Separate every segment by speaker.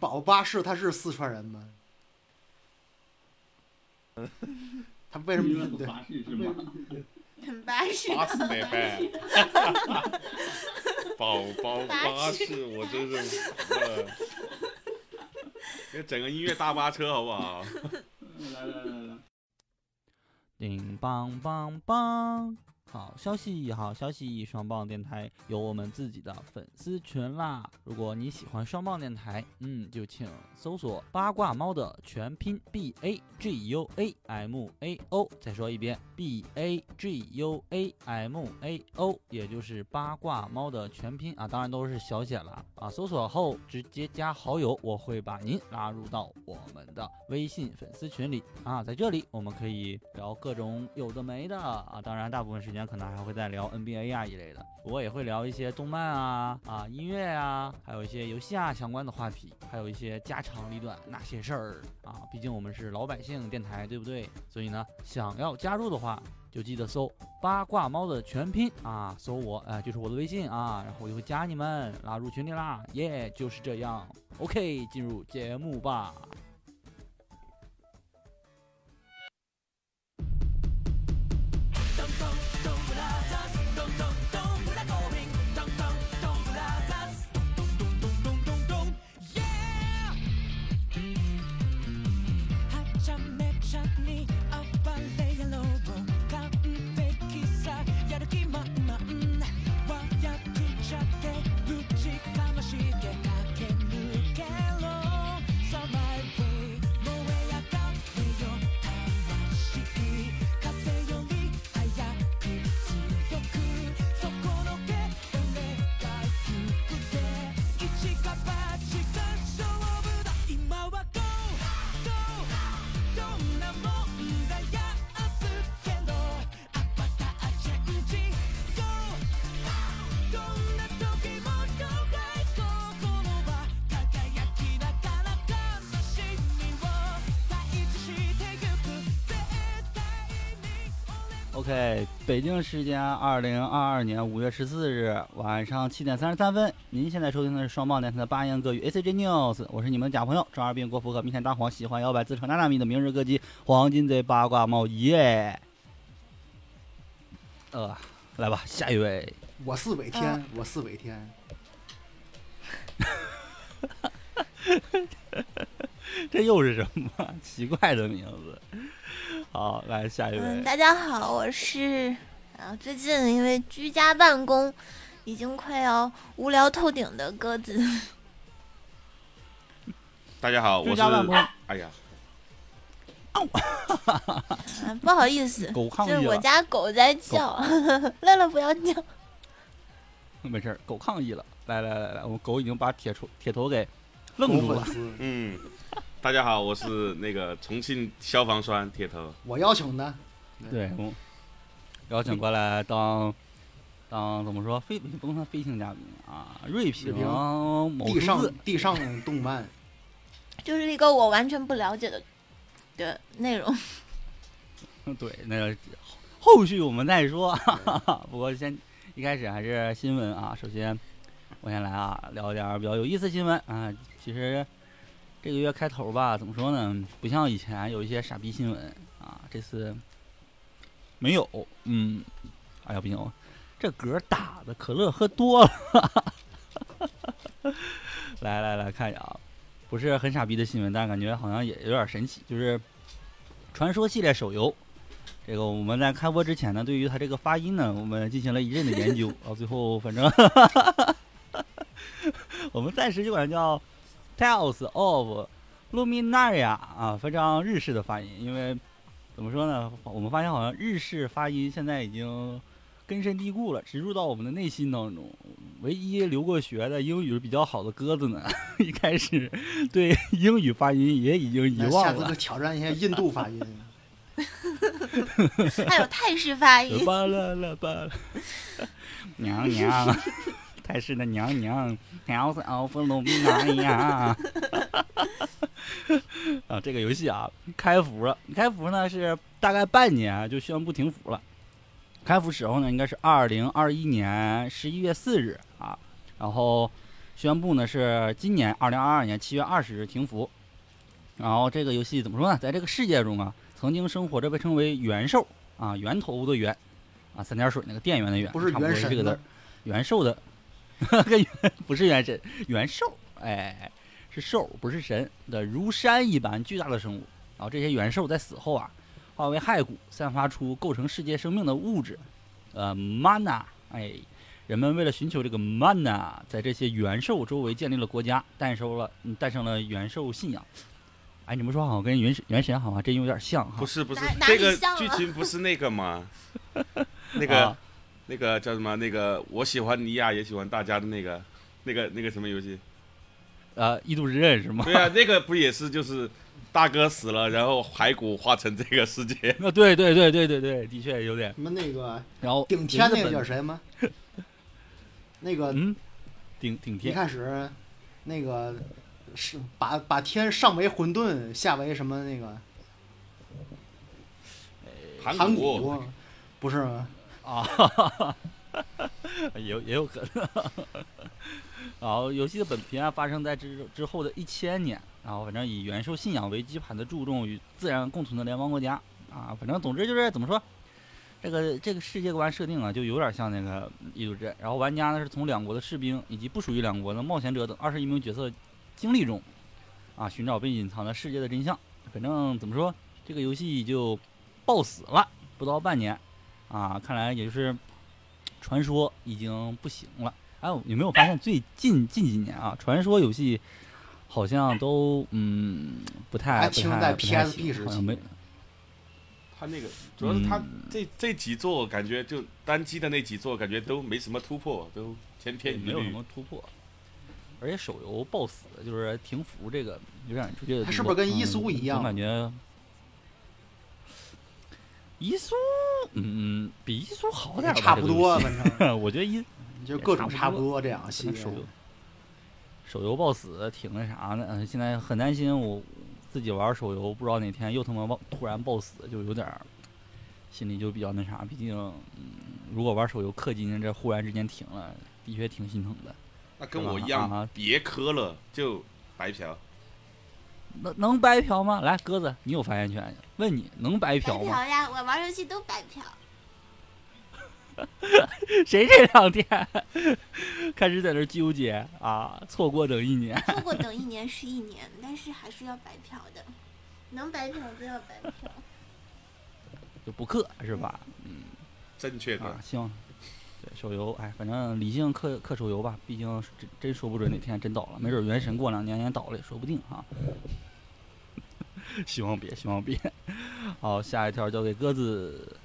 Speaker 1: 宝巴士他是四川人吗？他为什么对？
Speaker 2: 巴士是吗？
Speaker 3: 很巴适。
Speaker 4: 巴士拜拜， 宝宝巴士，我真是服了。给整个音乐大巴车好不好？
Speaker 2: 来来来来，
Speaker 5: 叮棒棒棒！好消息，好消息！双棒电台有我们自己的粉丝群啦！如果你喜欢双棒电台，嗯，就请搜索“八卦猫”的全拼 B A G U A M A O。再说一遍，B A G U A M A O，也就是八卦猫的全拼啊，当然都是小写了啊。搜索后直接加好友，我会把您拉入到我们的微信粉丝群里啊。在这里，我们可以聊各种有的没的啊，当然大部分时间可能还会再聊 NBA 啊一类的，我也会聊一些动漫啊啊音乐啊，还有一些游戏啊相关的话题，还有一些家长里短那些事儿啊。毕竟我们是老百姓电台，对不对？所以呢，想要加入的话，就记得搜八卦猫的全拼啊，搜我，哎、就是我的微信啊，然后我就会加你们，拉入群里啦，耶、就是这样。OK，进入节目吧。
Speaker 6: 한참 맺혔니 아발레일로브 담백기사 야르기만 만 와야 투잡게 묵직한 맛있게 가게 물결로 서바이벌 노예야 가네요 다마시기 가세요니 하얗게 수도크 속고로게 내가 죽구세 기치가 바치던 쇼오브다 이마와 go go どんなもんだやつけどアバターチェンジ Go どんな時も高い心は輝きながら悲しみを退治してゆく絶対に俺
Speaker 5: OK，北京时间二零二二年五月十四日晚上七点三十三分，您现在收听的是双棒电台的八言歌语 ACG News，我是你们的假朋友张二病国服和明天大黄喜欢摇摆自称娜娜米的明日歌姬黄金贼八卦猫耶。呃，来吧，下一位，
Speaker 1: 我是伟天，
Speaker 5: 嗯
Speaker 1: 我是伟天，
Speaker 5: 这又是什么 奇怪的名字？好，来下一
Speaker 3: 嗯，
Speaker 5: 位，
Speaker 3: 大家好，我是啊，最近因为居家办公，已经快要无聊透顶的鸽子。
Speaker 4: 大家好，我
Speaker 5: 居
Speaker 4: 是
Speaker 5: 家办公
Speaker 4: 哎呀，
Speaker 3: 啊， 不好意思，
Speaker 5: 狗 抗
Speaker 3: 就
Speaker 5: 议
Speaker 3: 是我
Speaker 5: 了，
Speaker 3: 家狗在叫， 乐乐不要叫。
Speaker 5: 没事儿，狗抗议了，来来来来，我们狗已经把铁头铁头给愣
Speaker 1: 狗
Speaker 5: 住了
Speaker 1: 粉。丝，
Speaker 4: 嗯，大家好，我是那个重庆消防栓铁头，
Speaker 1: 我邀请的，
Speaker 5: 对，我邀请过来当当怎么说非不能算非性嘉宾啊，锐评
Speaker 1: 评
Speaker 5: 某
Speaker 1: 地
Speaker 5: 数
Speaker 1: 上
Speaker 5: 字
Speaker 1: 地上动漫，
Speaker 3: 就是一个我完全不了解的的内 容。
Speaker 5: 对，那个后续我们再说。 不过先一开始还是新闻啊，首先我先来啊，聊点儿比较有意思的新闻啊。其实这个月开头吧，怎么说呢，不像以前有一些傻逼新闻啊，这次没有。嗯，哎呀，不行，这嗝打的，可乐喝多了。 来来来看一下啊，不是很傻逼的新闻，但感觉好像也有点神奇，就是。传说系列手游。这个我们在开播之前呢，对于它这个发音呢，我们进行了一阵的研究，到最后反正 我们暂时就管它叫 Tales of Luminaria 啊，非常日式的发音，因为怎么说呢，我们发现好像日式发音现在已经根深蒂固了，植入到我们的内心当中。唯一留过学的英语比较好的鸽子呢， 一开始对英语发音也已 经遗
Speaker 1: 那下
Speaker 5: 忘
Speaker 1: 次
Speaker 5: 了
Speaker 1: 可。挑战一下印度 发音，
Speaker 3: 还有泰式发音，
Speaker 5: 巴啦啦巴啦， 娘娘，泰式的娘娘，House of Lumina 呀。 啊，这个游戏啊，开服了。开服呢是大概半年啊就宣布停服了。开服时候呢，应该是二零二一年十一月四日啊。然后宣布呢是今年二零二二年七月二十日停服。然后这个游戏怎么说呢？在这个世界中啊，曾经生活着被称为元兽啊，源头的源啊，三点水那个电源的源，
Speaker 1: 不是
Speaker 5: 差不多
Speaker 1: 原
Speaker 5: 是这
Speaker 1: 神
Speaker 5: 个字儿
Speaker 1: 的。，
Speaker 5: 元兽的， 跟元不是元神，元兽，哎，是兽，不是神的如山一般巨大的生物。然后这些元兽在死后啊，化为骸骨，散发出构成世界生命的物质，呃，mana，哎，人们为了寻求这个 mana，在这些元兽周围建立了国家，诞生了，嗯诞生了元兽信仰。哎，你们说好像跟原神原神好像真有点像哈
Speaker 4: 不。是不是
Speaker 3: 哪哪
Speaker 4: 这
Speaker 3: 里啊
Speaker 4: 个
Speaker 3: 像
Speaker 4: 剧
Speaker 3: 了
Speaker 4: 情不是那个 吗？那个、
Speaker 5: 啊
Speaker 4: 那个叫什么？那个我喜欢你呀，也喜欢大家的那个那个那个什么游戏？
Speaker 5: 呃，异度之刃是吗？
Speaker 4: 对 啊，那个不也是就是大哥死了，然后骸骨化成这个世 界？
Speaker 5: 啊，对对对对对对，的确有点。
Speaker 1: 什么那个
Speaker 5: 然后
Speaker 1: 顶天那
Speaker 5: 日
Speaker 1: 个
Speaker 5: 本
Speaker 1: 叫谁吗？那个
Speaker 5: 嗯，顶顶
Speaker 1: 一
Speaker 5: 天
Speaker 1: 开始那个是把把天上为混沌，下为什么那个
Speaker 4: 盘
Speaker 1: 盘古，不是吗？
Speaker 5: 啊， 也有也有可能。 然后游戏的本片啊，发生在之之后的一千年，然后反正以元兽信仰为基盘的注重与自然共存的联邦国家啊，反正总之就是怎么说，这个这个世界观设定啊，就有点像那个《异度之刃》。然后玩家呢是从两国的士兵以及不属于两国的冒险者等二十一名角色经历中，啊，寻找被隐藏的世界的真相。反正怎么说，这个游戏就爆死了，不到半年，啊，看来也就是传说已经不行了。哎，有没有发现最近近几年啊，传说游戏好像都嗯不太
Speaker 1: 还
Speaker 5: 不
Speaker 1: 停留
Speaker 5: 太
Speaker 1: 在
Speaker 5: 不太
Speaker 1: PSP
Speaker 5: 行
Speaker 1: 时
Speaker 5: 好像
Speaker 1: 期
Speaker 5: 没
Speaker 4: 他那个主要是他
Speaker 5: 嗯
Speaker 4: 这这几座感觉就单机的那几座感觉都没什么突破，都千篇
Speaker 5: 也
Speaker 4: 一
Speaker 5: 没有什
Speaker 4: 律。
Speaker 5: 么突破。而且手游暴死，就是停服这个有点就觉得
Speaker 1: 它是不是跟伊苏一样
Speaker 5: 嗯我感觉伊苏，嗯，比伊苏好点
Speaker 1: 也
Speaker 5: 儿吧
Speaker 1: 差不多，。反正
Speaker 5: 这个游戏 我觉得伊
Speaker 1: 就各种
Speaker 5: 也
Speaker 1: 差
Speaker 5: 差不多
Speaker 1: 不多这样系
Speaker 5: 可能手
Speaker 1: 列
Speaker 5: 游。手游暴死挺那啥的，嗯现在很担心我自己玩手游，不知道哪天又他妈暴突然暴死，就有点儿心里就比较那啥。毕竟，嗯，如果玩手游氪金，这忽然之间停了，的确挺心疼的。
Speaker 4: 那跟
Speaker 5: 是吧
Speaker 4: 我一
Speaker 5: 啊
Speaker 4: 样
Speaker 5: 啊，
Speaker 4: 别磕了，就白嫖。
Speaker 5: 能能白嫖吗？来，鸽子，你有发言权，问你能白
Speaker 3: 白
Speaker 5: 嫖吗？
Speaker 3: 嫖呀，我玩游戏都白嫖。
Speaker 5: 谁这两天开始在那儿纠结啊？错过整一年，
Speaker 3: 如果等一年是一年，但是还是要白嫖的，能白嫖就要白嫖。
Speaker 5: 就不氪是吧？嗯
Speaker 4: 正确的
Speaker 5: 啊，，希望对手游，哎，反正理性氪氪手游吧，毕竟是真真说不准哪天真倒了，没准《原神》过两年也倒了也说不定啊。 希望别，希望别。好，下一条交给鸽子。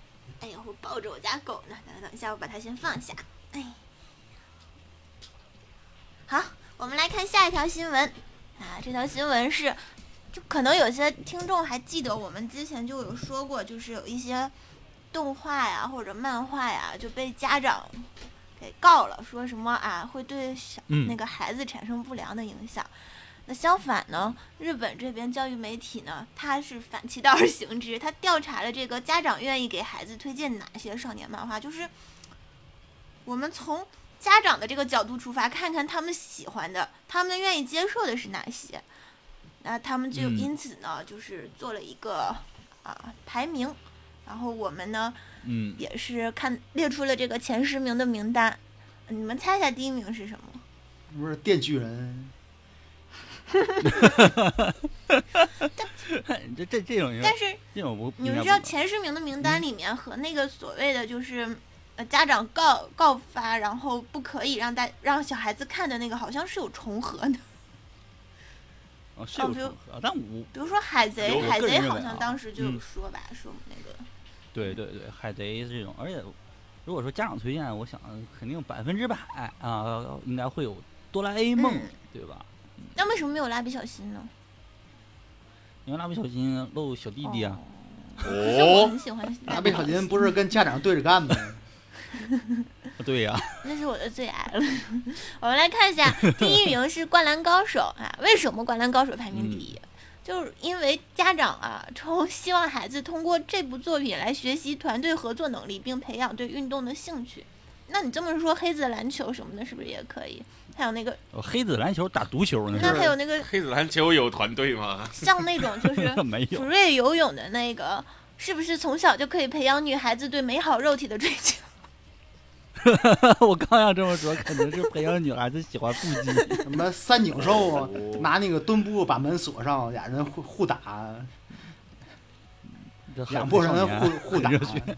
Speaker 3: 哎呦，我抱着我家狗呢，等等一下，我把它先放下。哎，好，我们来看下一条新闻啊，这条新闻是，就可能有些听众还记得，我们之前就有说过，就是有一些动画呀或者漫画呀就被家长给告了，说什么啊会对小
Speaker 5: 嗯
Speaker 3: 那个孩子产生不良的影响。那相反呢，日本这边教育媒体呢，它是反其道而行之，它调查了这个家长愿意给孩子推荐哪些少年漫画，就是我们从家长的这个角度出发，看看他们喜欢的，他们愿意接受的是哪些，那他们就
Speaker 5: 嗯
Speaker 3: 因此呢，就是做了一个啊排名，然后我们呢
Speaker 5: 嗯，
Speaker 3: 也是看列出了这个前十名的名单，你们猜一下第一名是什么？
Speaker 1: 不是电锯人，
Speaker 5: 这这这种应该
Speaker 3: 但是
Speaker 5: 这种不，
Speaker 3: 你
Speaker 5: 应
Speaker 3: 们
Speaker 5: 该
Speaker 3: 知道
Speaker 5: 不嗯能
Speaker 3: 前十名的名单里面和那个所谓的就是，呃，家长告告发，然后不可以让大让小孩子看的那个，好像是有重合的。
Speaker 5: 啊，是有
Speaker 3: 比如
Speaker 5: 重合，但我
Speaker 3: 比如说《海贼
Speaker 5: 有》，我
Speaker 3: 《海
Speaker 5: 个人
Speaker 3: 贼》
Speaker 5: 认
Speaker 3: 好
Speaker 5: 为啊
Speaker 3: 像当时就有
Speaker 5: 嗯
Speaker 3: 说吧，说那个
Speaker 5: 对对对，海贼这种，而且如果说家长推荐，我想肯定百分之百啊，应该会有哆啦 A 梦，
Speaker 3: 嗯
Speaker 5: 对吧？
Speaker 3: 那为什么没有蜡笔小新呢？
Speaker 5: 因为蜡笔小新露小弟弟啊，
Speaker 3: 哦，可 是我
Speaker 4: 哦，
Speaker 3: 很喜欢
Speaker 1: 蜡笔小新不是跟家长对着干吗？
Speaker 5: 对呀、
Speaker 3: 那是我的最爱了。 我们来看一下，第一名是《灌篮高手》啊。为什么《灌篮高手》排名第一？
Speaker 5: 嗯
Speaker 3: 就是因为家长啊，从 希望孩子通过这部作品来学习团队合作能力，并培养对运动的兴趣。那你这么说，黑子篮球什么的，是不是也可以？还有那个，
Speaker 5: 哦黑子篮球打毒球
Speaker 3: 那
Speaker 5: 那
Speaker 3: 还有那个
Speaker 4: 黑子篮球有团队吗？
Speaker 3: 像那种 就是
Speaker 5: 是没有
Speaker 3: 普瑞游泳的那个，是不是从小就可以培养女孩子对美好肉体的追求？
Speaker 5: 我刚要这么说，可能是培养女孩子喜欢腹肌。
Speaker 1: 什么三井寿
Speaker 5: 哎
Speaker 1: 啊
Speaker 4: 哦，
Speaker 1: 拿那个墩布把门锁上，俩人互互打，
Speaker 5: 这很
Speaker 1: 两拨
Speaker 5: 少
Speaker 1: 人
Speaker 5: 年
Speaker 1: 互互打
Speaker 5: 很热，血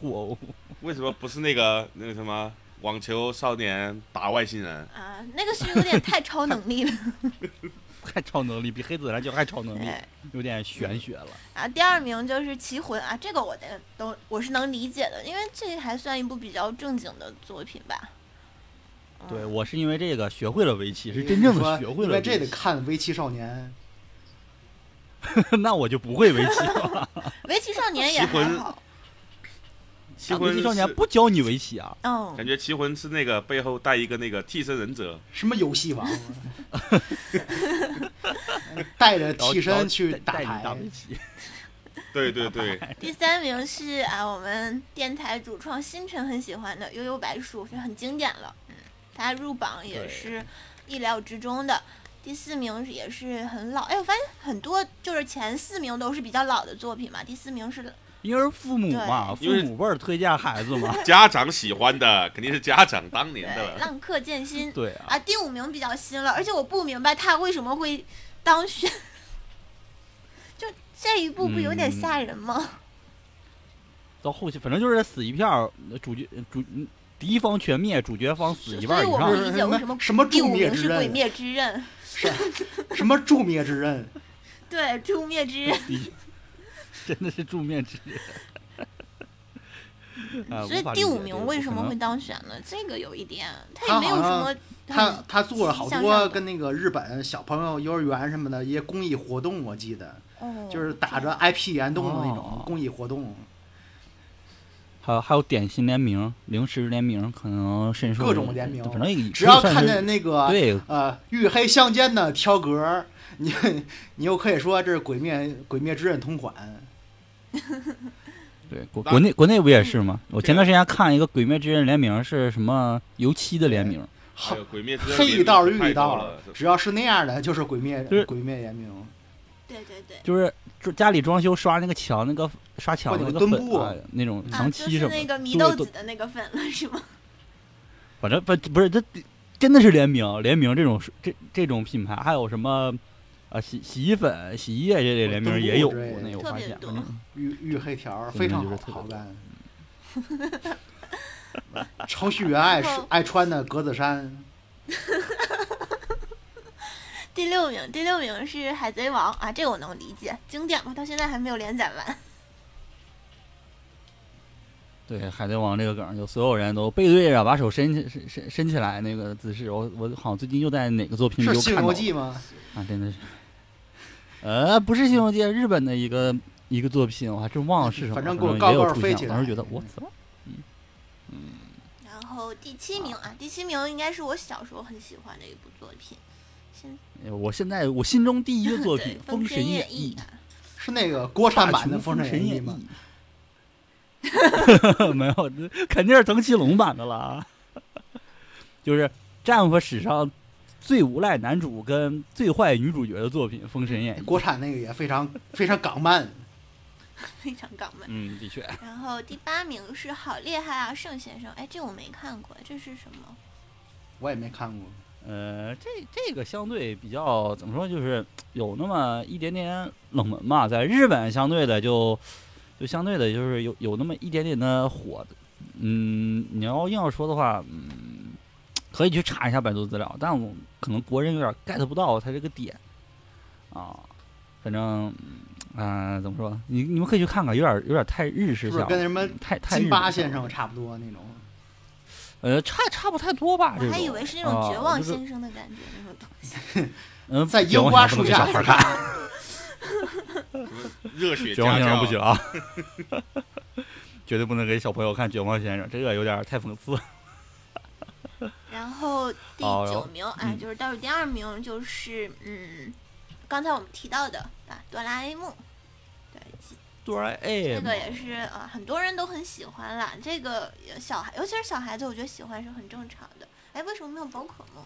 Speaker 5: 互殴，
Speaker 4: 为什么不是那个那个什么网球少年打外星人？
Speaker 3: 啊，那个是有点太超能力 了。
Speaker 5: 太超能力，比黑子篮球还超能力，
Speaker 3: 哎
Speaker 5: 有点玄学了。
Speaker 3: 啊，第二名就是《棋魂》啊，这个我得都我是能理解的，因为这还算一部比较正经的作品吧。嗯
Speaker 5: 对我是因为这个学会了围棋，是真正的学会了
Speaker 1: 因为这
Speaker 5: 围
Speaker 1: 得
Speaker 5: 棋。
Speaker 1: 看《围棋少年
Speaker 5: 那我就不会围棋了。
Speaker 3: 围棋少年》也
Speaker 4: 棋
Speaker 3: 还
Speaker 4: 魂
Speaker 3: 好，
Speaker 4: 棋
Speaker 5: 啊围
Speaker 4: 魂
Speaker 5: 棋少年
Speaker 4: 是
Speaker 5: 不教你围棋啊，
Speaker 3: 嗯
Speaker 4: 感，觉棋魂是那个背后带一个那个替身忍者，》，
Speaker 1: 什么游 戏王，带着
Speaker 5: 然后
Speaker 1: 替
Speaker 5: 然后
Speaker 1: 身去打
Speaker 5: 带带你打
Speaker 1: 牌，
Speaker 5: 围棋。
Speaker 4: 对对对，
Speaker 3: 第三名是啊，我们电台主创星辰很喜欢的《悠悠白书》，就很经典了。嗯，它入榜也
Speaker 5: 对
Speaker 3: 是意料之中的。第四名是也是很老，哎，我发现很多就是前四名都是比较老的作品嘛，第四名是
Speaker 5: 因为父母嘛，父
Speaker 4: 因为
Speaker 5: 母辈儿推荐孩 子嘛。
Speaker 4: 家长喜欢的肯定是家长当
Speaker 3: 对
Speaker 4: 年的
Speaker 3: 《
Speaker 4: 了。
Speaker 3: 浪客剑心》
Speaker 5: 对啊，
Speaker 3: 啊，第五名比较新了，而且我不明白他为什么会当选，就这一步不有点
Speaker 5: 嗯
Speaker 3: 吓人吗？
Speaker 5: 到后期反正就是死一片儿，主角主敌方全灭，主角方死一
Speaker 3: 所
Speaker 5: 半
Speaker 3: 以
Speaker 5: 以
Speaker 3: 我
Speaker 5: 上
Speaker 3: 不。理解为什么
Speaker 1: 什么
Speaker 3: 第
Speaker 1: 诛
Speaker 3: 五
Speaker 1: 灭
Speaker 3: 名
Speaker 1: 之
Speaker 3: 是《鬼
Speaker 1: 刃，
Speaker 3: 灭之刃》，
Speaker 1: 什么诛灭之刃，
Speaker 3: 对，《诛灭之刃
Speaker 5: 的 真的是助面之 人。啊》，
Speaker 3: 所以
Speaker 5: 无法理
Speaker 3: 第
Speaker 5: 解
Speaker 3: 五
Speaker 5: 这
Speaker 3: 名
Speaker 5: 个
Speaker 3: 为
Speaker 5: 不
Speaker 3: 什
Speaker 5: 可
Speaker 3: 么会
Speaker 5: 能
Speaker 3: 当选呢？这个有一点，他
Speaker 1: 他
Speaker 3: 也没有
Speaker 1: 好
Speaker 3: 什
Speaker 1: 像
Speaker 3: 么
Speaker 1: 他
Speaker 3: 很
Speaker 1: 他做了好
Speaker 3: 积极向上
Speaker 1: 多
Speaker 3: 的
Speaker 1: 跟那个日本小朋友幼儿园什么的一些公益活动，我记得
Speaker 3: 哦
Speaker 1: 就是
Speaker 3: 这
Speaker 1: 打
Speaker 3: 样
Speaker 1: 着 IP 联动的那种
Speaker 5: 哦
Speaker 1: 公益活动，
Speaker 5: 还有还有点心联名、零食联名，可能深受
Speaker 1: 各种联名
Speaker 5: 反正也
Speaker 1: 只要
Speaker 5: 可以算
Speaker 1: 看
Speaker 5: 是
Speaker 1: 见那个
Speaker 5: 对
Speaker 1: 呃，玉黑相间的挑格儿，你你又可以说这是鬼灭鬼灭之刃同款，
Speaker 5: 对国
Speaker 4: 那
Speaker 5: 国内国内不也是吗？
Speaker 1: 嗯
Speaker 5: 我
Speaker 4: 这
Speaker 5: 前
Speaker 4: 个
Speaker 5: 段时间看一个《鬼灭之刃》联名是什么油漆的联名，
Speaker 4: 还有鬼灭之刃
Speaker 1: 黑一道
Speaker 4: 联
Speaker 1: 儿
Speaker 4: 名
Speaker 1: 绿一
Speaker 4: 太多
Speaker 1: 道儿
Speaker 4: 了，，
Speaker 1: 只要是那样的就是鬼灭
Speaker 5: 就是
Speaker 1: 鬼灭联名，
Speaker 3: 对对对。
Speaker 5: 就是就家里装修刷那个墙那个刷墙
Speaker 1: 或
Speaker 5: 那
Speaker 1: 者
Speaker 5: 个
Speaker 1: 墩
Speaker 5: 粉
Speaker 1: 布
Speaker 5: 啊那种
Speaker 3: 啊，
Speaker 5: 墙
Speaker 3: 就
Speaker 5: 漆
Speaker 3: 是
Speaker 5: 什么
Speaker 3: 那
Speaker 5: 的，
Speaker 3: 个米
Speaker 5: 对
Speaker 3: 豆
Speaker 5: 都
Speaker 3: 子的那个粉了，是吗？
Speaker 5: 反正不不是这真的是联名联名这种这这种品牌，还有什么啊洗洗衣粉、洗衣液这类联名
Speaker 1: 哦墩布
Speaker 5: 也有，
Speaker 1: 之类的
Speaker 5: 那我
Speaker 3: 特
Speaker 5: 发
Speaker 3: 别
Speaker 5: 现
Speaker 3: 多
Speaker 5: 嗯
Speaker 1: 玉玉黑条儿
Speaker 5: 对
Speaker 1: 非
Speaker 5: 那
Speaker 1: 常好
Speaker 5: 就是特别
Speaker 1: 好
Speaker 5: 多
Speaker 1: 干。 程序员爱
Speaker 3: 然后
Speaker 1: 爱穿的格子衫，
Speaker 3: 第六名，第六名是《海贼王》啊，这个我能理解，经典嘛，到现在还没有连载完。
Speaker 5: 对《海贼王》这个梗儿，就所有人都背对着把手伸起伸伸伸起来那个姿势，我我好像最近又在哪个作品里
Speaker 1: 是《
Speaker 5: 又
Speaker 1: 西
Speaker 5: 看到
Speaker 1: 游
Speaker 5: 了
Speaker 1: 记》吗？
Speaker 5: 啊，真的是，呃，不是《西游记》，日本的一个一个作品，我还真忘了是什么，
Speaker 1: 哎反
Speaker 5: 反
Speaker 1: 正
Speaker 5: 正
Speaker 1: 给我高
Speaker 5: 也有
Speaker 1: 高
Speaker 5: 出
Speaker 1: 飞
Speaker 5: 现
Speaker 1: 起
Speaker 5: 我当时
Speaker 1: 来
Speaker 5: 觉得我操，
Speaker 3: 然后第七名啊，第七名应该是我小时候很喜欢的一部作品，现
Speaker 5: 哎我现在我心中第一个作
Speaker 3: 对
Speaker 5: 品
Speaker 3: 《
Speaker 5: 《封神
Speaker 3: 演
Speaker 5: 演义》
Speaker 3: 啊，
Speaker 1: 是那个国产版的《
Speaker 5: 《
Speaker 1: 封神演义》吗？
Speaker 5: 没有，这肯定是藤崎龙版的了啊。 就是战斧史上最无赖男主跟最坏女主角的作品《封神演义》。
Speaker 1: 国产那个也非常非常港漫，
Speaker 3: 非常港 漫。
Speaker 5: 嗯，的确，
Speaker 3: 然后第八名是《好厉害啊，盛先生》，哎，这我没看过，这是什么？
Speaker 1: 我也没看过。
Speaker 5: 呃，这这个相对比较怎么说，就是有那么一点点冷门吧，在日本相对的就就相对的就是有有那么一点点的火的。嗯，你要硬要说的话，嗯，可以去查一下百度资料，但我可能国人有点 get 不到它这个点啊。反正，嗯、呃怎么说？你你们可以去看看，有点有点太日
Speaker 1: 是
Speaker 5: 式
Speaker 1: 不
Speaker 5: 像
Speaker 1: 是
Speaker 5: 了，
Speaker 1: 跟什么
Speaker 5: 太太日
Speaker 1: 金
Speaker 5: 本
Speaker 1: 八
Speaker 5: 像
Speaker 1: 先生
Speaker 5: 了？
Speaker 1: 差不多那种？
Speaker 5: 呃，差差不太多吧。这
Speaker 3: 我还以
Speaker 5: 种
Speaker 3: 为是那种
Speaker 5: 啊
Speaker 3: 绝望
Speaker 5: 就是
Speaker 3: 先生的感觉，那种东西。
Speaker 5: 嗯，
Speaker 1: 在
Speaker 5: 绝
Speaker 1: 樱
Speaker 5: 望
Speaker 1: 花
Speaker 5: 先生
Speaker 1: 树
Speaker 5: 不能给
Speaker 1: 下
Speaker 5: 小孩
Speaker 1: 玩
Speaker 5: 儿看。
Speaker 1: 儿，
Speaker 4: 热血
Speaker 5: 绝望
Speaker 4: 家
Speaker 5: 先生
Speaker 4: 教
Speaker 5: 不行啊， 绝对不能给小朋友看《绝望先生》，这个有点儿太讽刺。
Speaker 3: 然后第
Speaker 5: 哦然
Speaker 3: 九
Speaker 5: 后
Speaker 3: 名啊，
Speaker 5: 嗯
Speaker 3: 就是倒数第二名就是嗯，刚才我们提到的啊，《哆啦 A 梦》。对，
Speaker 5: 哆啦 A
Speaker 3: 这个也是啊，很多人都很喜欢啦。这个也小孩，尤其是小孩子，我觉得喜欢是很正常的。哎，为什么没有宝可梦？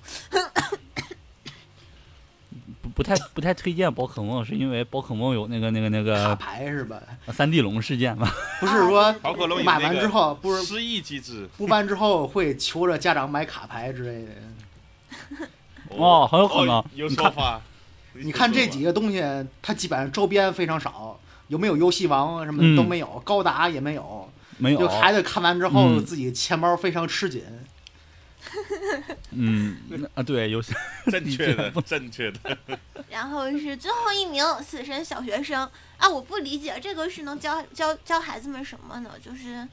Speaker 5: 不不太不太推荐宝可梦，是因为宝可梦有那个那个那
Speaker 1: 卡
Speaker 5: 个
Speaker 1: 牌是吧？
Speaker 5: 三地龙事件吧？
Speaker 1: 不是
Speaker 3: 啊
Speaker 1: 说
Speaker 4: 宝可梦有
Speaker 1: 买
Speaker 4: 那
Speaker 1: 完
Speaker 4: 个
Speaker 1: 之后不是
Speaker 4: 失忆机制
Speaker 1: 补办之后会求着家长买卡牌之类的。
Speaker 5: 哦很有可能
Speaker 4: 哦有
Speaker 5: 你
Speaker 4: 说
Speaker 5: 看
Speaker 4: 法。
Speaker 1: 你看这几个
Speaker 4: 个，
Speaker 1: 东西，它基本上周边非常少，有没有游戏王啊什么的
Speaker 5: 嗯
Speaker 1: 都没有，高达也没有。
Speaker 5: 没有啊
Speaker 1: 就，孩子看完之后，
Speaker 5: 嗯
Speaker 1: 自己钱包非常吃紧。
Speaker 5: 嗯那啊对，有些
Speaker 4: 正确的，正确的。
Speaker 3: 然后是最后一名死神小学生啊！我不理解这个是能教教教孩子们什么呢？就是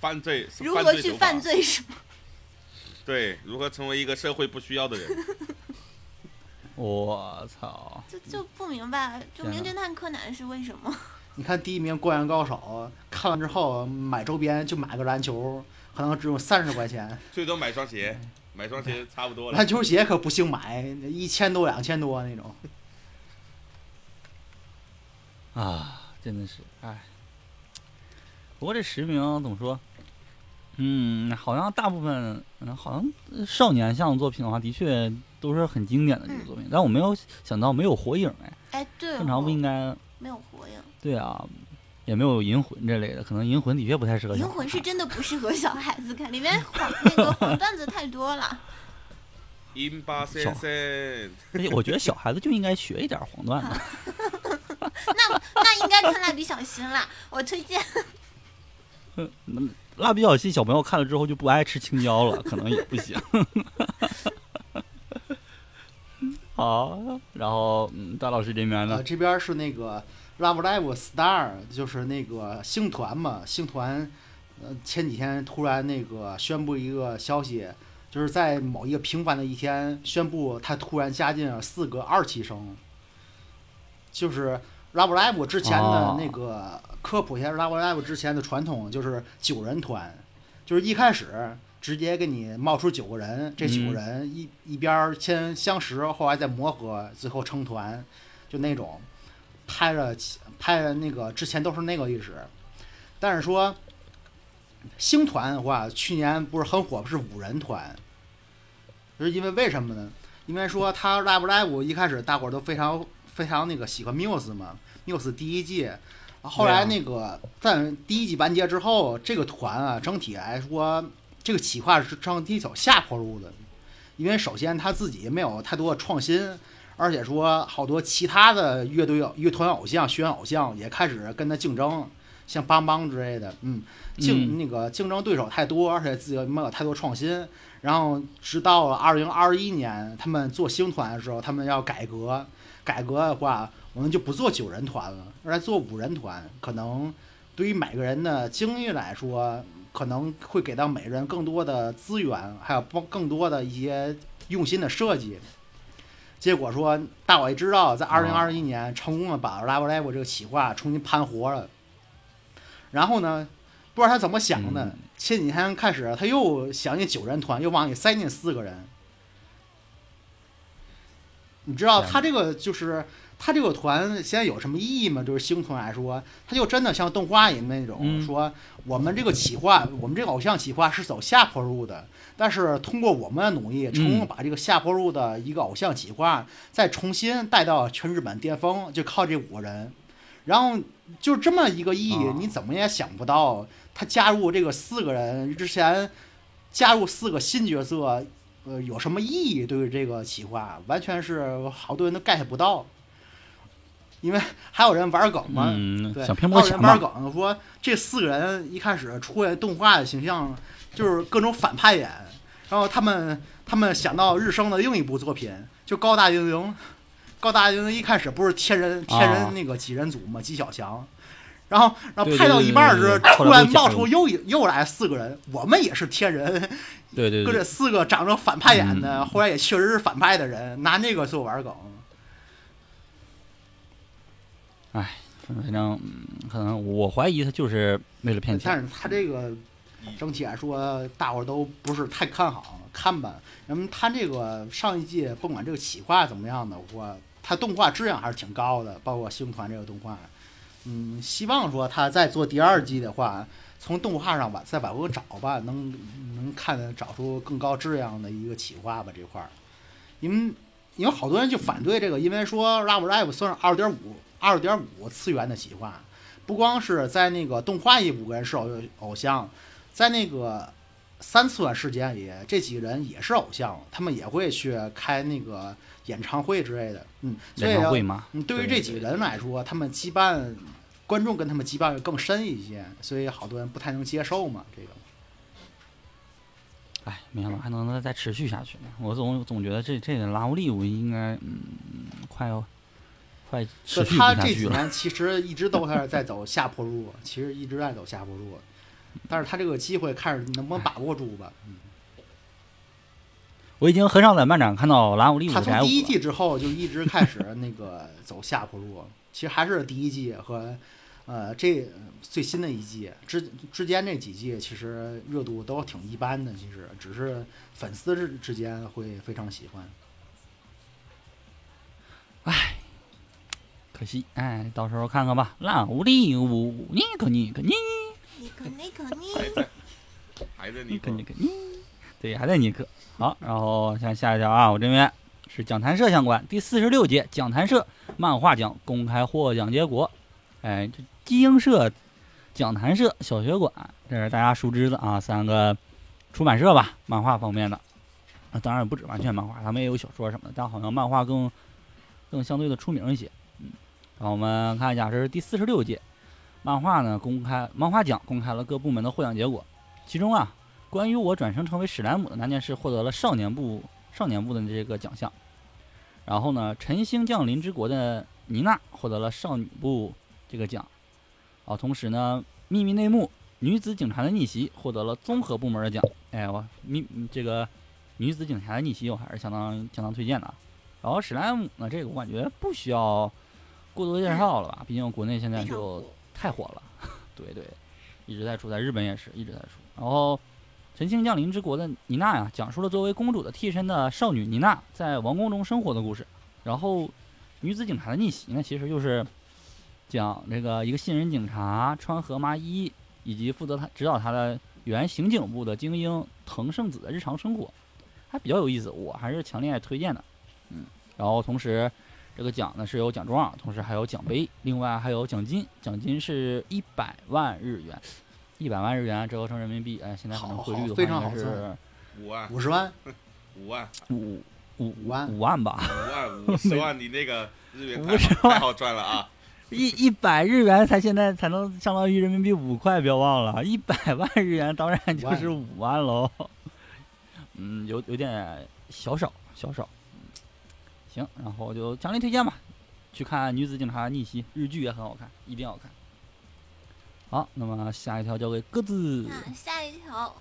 Speaker 4: 犯罪
Speaker 3: 如何去犯？罪什 么？
Speaker 4: 手法对，如何成为一个社会不需要的 人？
Speaker 5: 我操，
Speaker 3: 就就不明白，就名
Speaker 5: 天哪
Speaker 3: 侦探柯南是为什么？
Speaker 1: 你看第一名《灌篮高手》，看完之后买周边就买个篮球，可能只有三十块钱，
Speaker 4: 最多买双鞋，买双鞋差不多了。
Speaker 1: 篮球鞋可不兴买，一千多、两千多那种。
Speaker 5: 啊，真的是，哎。不过这实名怎么说？嗯，好像大部分，嗯，好像呃少年向的作品的话，的确都是很经典的这个作品。但我没有想到没有火影哎，
Speaker 3: 哎，嗯对、哦，
Speaker 5: 正常不应该
Speaker 3: 没有火影，
Speaker 5: 对啊，也没有银魂这类的，可能银魂的确不太适合小
Speaker 3: 银
Speaker 5: 孩
Speaker 3: 魂是真的不适合小孩子看，里面黄那个黄段子太多了。
Speaker 4: 英巴先生，
Speaker 5: 而且我觉得小孩子就应该学一点黄段子。
Speaker 3: 那那应该看蜡笔小新啦，我推荐。
Speaker 5: 蜡笔小新小朋友看了之后就不爱吃青椒了，可能也不行。好，然后嗯，大老师这边
Speaker 1: 呃，
Speaker 5: 呢？
Speaker 1: 这边是那个 Love Live Star，就是那个星团嘛，星团，呃，前几天突然那个宣布一个消息，就是在某一个平凡的一天宣布他突然加进了四个二期生，就是 Love Live 之前的
Speaker 5: 哦
Speaker 1: 那个科普一下 Love Live 之前的传统就是九人团，就是一开始。直接给你冒出九个人，这九个
Speaker 5: 嗯
Speaker 1: 人一、一边儿先相识，后来再磨合，最后成团。就那种拍了拍了那个之前都是那个历史，但是说星团的话，去年不是很火，是五人团，就是因为为什么呢？因为说他 Live Live 一开始大伙儿都非常非常那个喜欢 Muse 嘛，Muse 第一季，后来那个在第一季完结之后，这个团啊整体来说，这个企划是上一条下坡路的，因为首先他自己没有太多的创新，而且说好多其他的乐队乐团偶像、学员偶像也开始跟他竞争，像邦邦之类的，嗯，竞、那个竞争对手太多，而且自己没有太多创新。然后直到二零二一年，他们做星团的时候，他们要改革，改革的话，我们就不做九人团了，而来做五人团，可能对于每个人的经历来说，可能会给到每人更多的资源，还有帮更多的一些用心的设计。结果说，大伙也知道，在二零二一年成功的把 Love Live 这个企划重新盘活了。然后呢，不知道他怎么想的，前几天开始他又想进九人团，又往里塞进四个人。你知道他这个就是他这个团现在有什么意义吗？就是星团来说，他就真的像动画里那种、
Speaker 5: 嗯
Speaker 1: 说，我们这个企划，我们这个偶像企划是走下坡路的，但是通过我们的努力，成功把这个下坡路的一个偶像企划再重新带到全日本巅峰，就靠这五个人。然后就这么一个意义
Speaker 5: 啊，
Speaker 1: 你怎么也想不到，他加入这个四个人之前，加入四个新角色，呃，有什么意义？对于这个企划，完全是好多人都 get 不到，因为还有人玩梗嘛，
Speaker 5: 嗯，
Speaker 1: 对，
Speaker 5: 想拼波
Speaker 1: 还有
Speaker 5: 墙
Speaker 1: 人玩
Speaker 5: 吧？
Speaker 1: 梗说这四个人一开始出来动画的形象就是各种反派演，然后他们他们想到日升的另一部作品就高大英雄，高大英雄一开始不是天人天
Speaker 5: 啊
Speaker 1: 人那个几人组嘛，纪晓翔。然后，然后
Speaker 5: 对
Speaker 1: 拍到
Speaker 5: 对
Speaker 1: 一半儿
Speaker 5: 对
Speaker 1: 时
Speaker 5: 对，对
Speaker 1: 突然
Speaker 5: 后来被
Speaker 1: 冒
Speaker 5: 讲
Speaker 1: 出
Speaker 5: 了
Speaker 1: 又一又来四个人，我们也是天人，
Speaker 5: 对对
Speaker 1: 跟
Speaker 5: 对
Speaker 1: 这，四个长着反派眼的，后来也确实是反派的人，拿那个做玩梗，
Speaker 5: 反正嗯可能我怀疑他就是为了骗钱。
Speaker 1: 但是他这个整体来说，大伙儿都不是太看好，看吧。那么他这个上一季甭管这个企划怎么样的，我他动画质量还是挺高的，包括星团这个动画，嗯，希望说他再做第二季的话，从动画上把再往回找吧，能能看得找出更高质量的一个企划吧这块儿，因为因为好多人就反对这个，因为说 Love Live 算是二点五二点五次元的企划，不光是在那个动画里五个人是偶偶像，在那个三次元世界里这几个人也是偶像，他们也会去开那个演唱会之类的，嗯，所以
Speaker 5: 演唱会嘛，
Speaker 1: 嗯，对于
Speaker 5: 对
Speaker 1: 这几个人来说，他们羁绊观众跟他们羁绊更深一些，所以好多人不太能接受嘛。这个，
Speaker 5: 哎，没想到还能再持续下去呢。我总总觉得这这个拉乌利我应该嗯快要快持
Speaker 1: 就
Speaker 5: 续不
Speaker 1: 他
Speaker 5: 下
Speaker 1: 这
Speaker 5: 去
Speaker 1: 几
Speaker 5: 了。
Speaker 1: 年其实一直都是在走下坡路，其实一直在走下坡路，但是他这个机会看着能不能把握住吧。
Speaker 5: 我已经很少在漫展看到拉乌利
Speaker 1: 他
Speaker 5: 五
Speaker 1: 从
Speaker 5: 宅舞
Speaker 1: 第一
Speaker 5: 了。
Speaker 1: 季之后就一直开始那个走下坡路，其实还是第一季和呃这最新的一季之之间这几季其实热度都挺一般的，其实只是粉丝之之间会非常喜欢。
Speaker 5: 可惜，哎，到时候看看吧。拉乌利五，你可你可你
Speaker 3: 你可那个你，
Speaker 4: 还在
Speaker 5: 你
Speaker 4: 你
Speaker 5: 嗯可你可你，对，还在尼克。好，然后像下一条啊，我这边是讲谈社相关，第四十六届讲谈社漫画奖公开获奖结果。哎，这基英社、讲谈社、小学馆，这是大家熟知的啊，三个出版社吧，漫画方面的。啊，当然也不止完全漫画，他们也有小说什么的，但好像漫画更更相对的出名一些。嗯，然后我们看一下，这是第四十六届漫画呢公开漫画奖公开了各部门的获奖结果，其中啊，关于我转生成为史莱姆的那件事获得了少年部少年部的这个奖项，然后呢，晨星降临之国的妮娜获得了少女部这个奖，啊，同时呢，秘密内幕女子警察的逆袭获得了综合部门的奖，哎，我秘这个女子警察的逆袭我还是相当相当推荐的啊，然后史莱姆呢，这个我感觉不需要过多介绍了吧，毕竟国内现在
Speaker 3: 非常
Speaker 5: 就
Speaker 3: 火
Speaker 5: 太火了， 对对，一直在出，在日本也是一直在出。然后，《神星降临之国》的妮娜呀、讲述了作为公主的替身的少女妮娜在王宫中生活的故事。然后，《女子警察的逆袭》呢，其实就是讲这个一个新人警察川河麻衣以及负责他指导他的原刑警部的精英藤圣子的日常生活，还比较有意思，我还是强烈推荐的。嗯，然后同时。这个奖呢是有奖状，同时还有奖杯，另外还有奖金，奖金是一百万日元，一百万日元折合成人民币，哎，现在可能
Speaker 1: 好
Speaker 5: 汇率
Speaker 1: 好
Speaker 5: 的话
Speaker 1: 非
Speaker 5: 应
Speaker 1: 常
Speaker 5: 该
Speaker 1: 好
Speaker 5: 是
Speaker 1: 算
Speaker 4: 五万
Speaker 1: 五十万，
Speaker 4: 五万
Speaker 5: 五五
Speaker 1: 五万
Speaker 5: 五万吧，
Speaker 4: 五万 五十万，你那个日元
Speaker 5: 五
Speaker 4: 太
Speaker 5: 十
Speaker 4: 好太好赚了啊！
Speaker 5: 一一百日元才现在才能相当于人民币五块，不要忘了，一百万日元当然就是五万喽。嗯，有有点小少小少。嗯行，然后就强烈推荐吧，去看《女子警察逆袭》日剧也很好看，一定要看。好，那么下一条交给鸽子。
Speaker 3: 那
Speaker 1: 啊
Speaker 3: 下一条，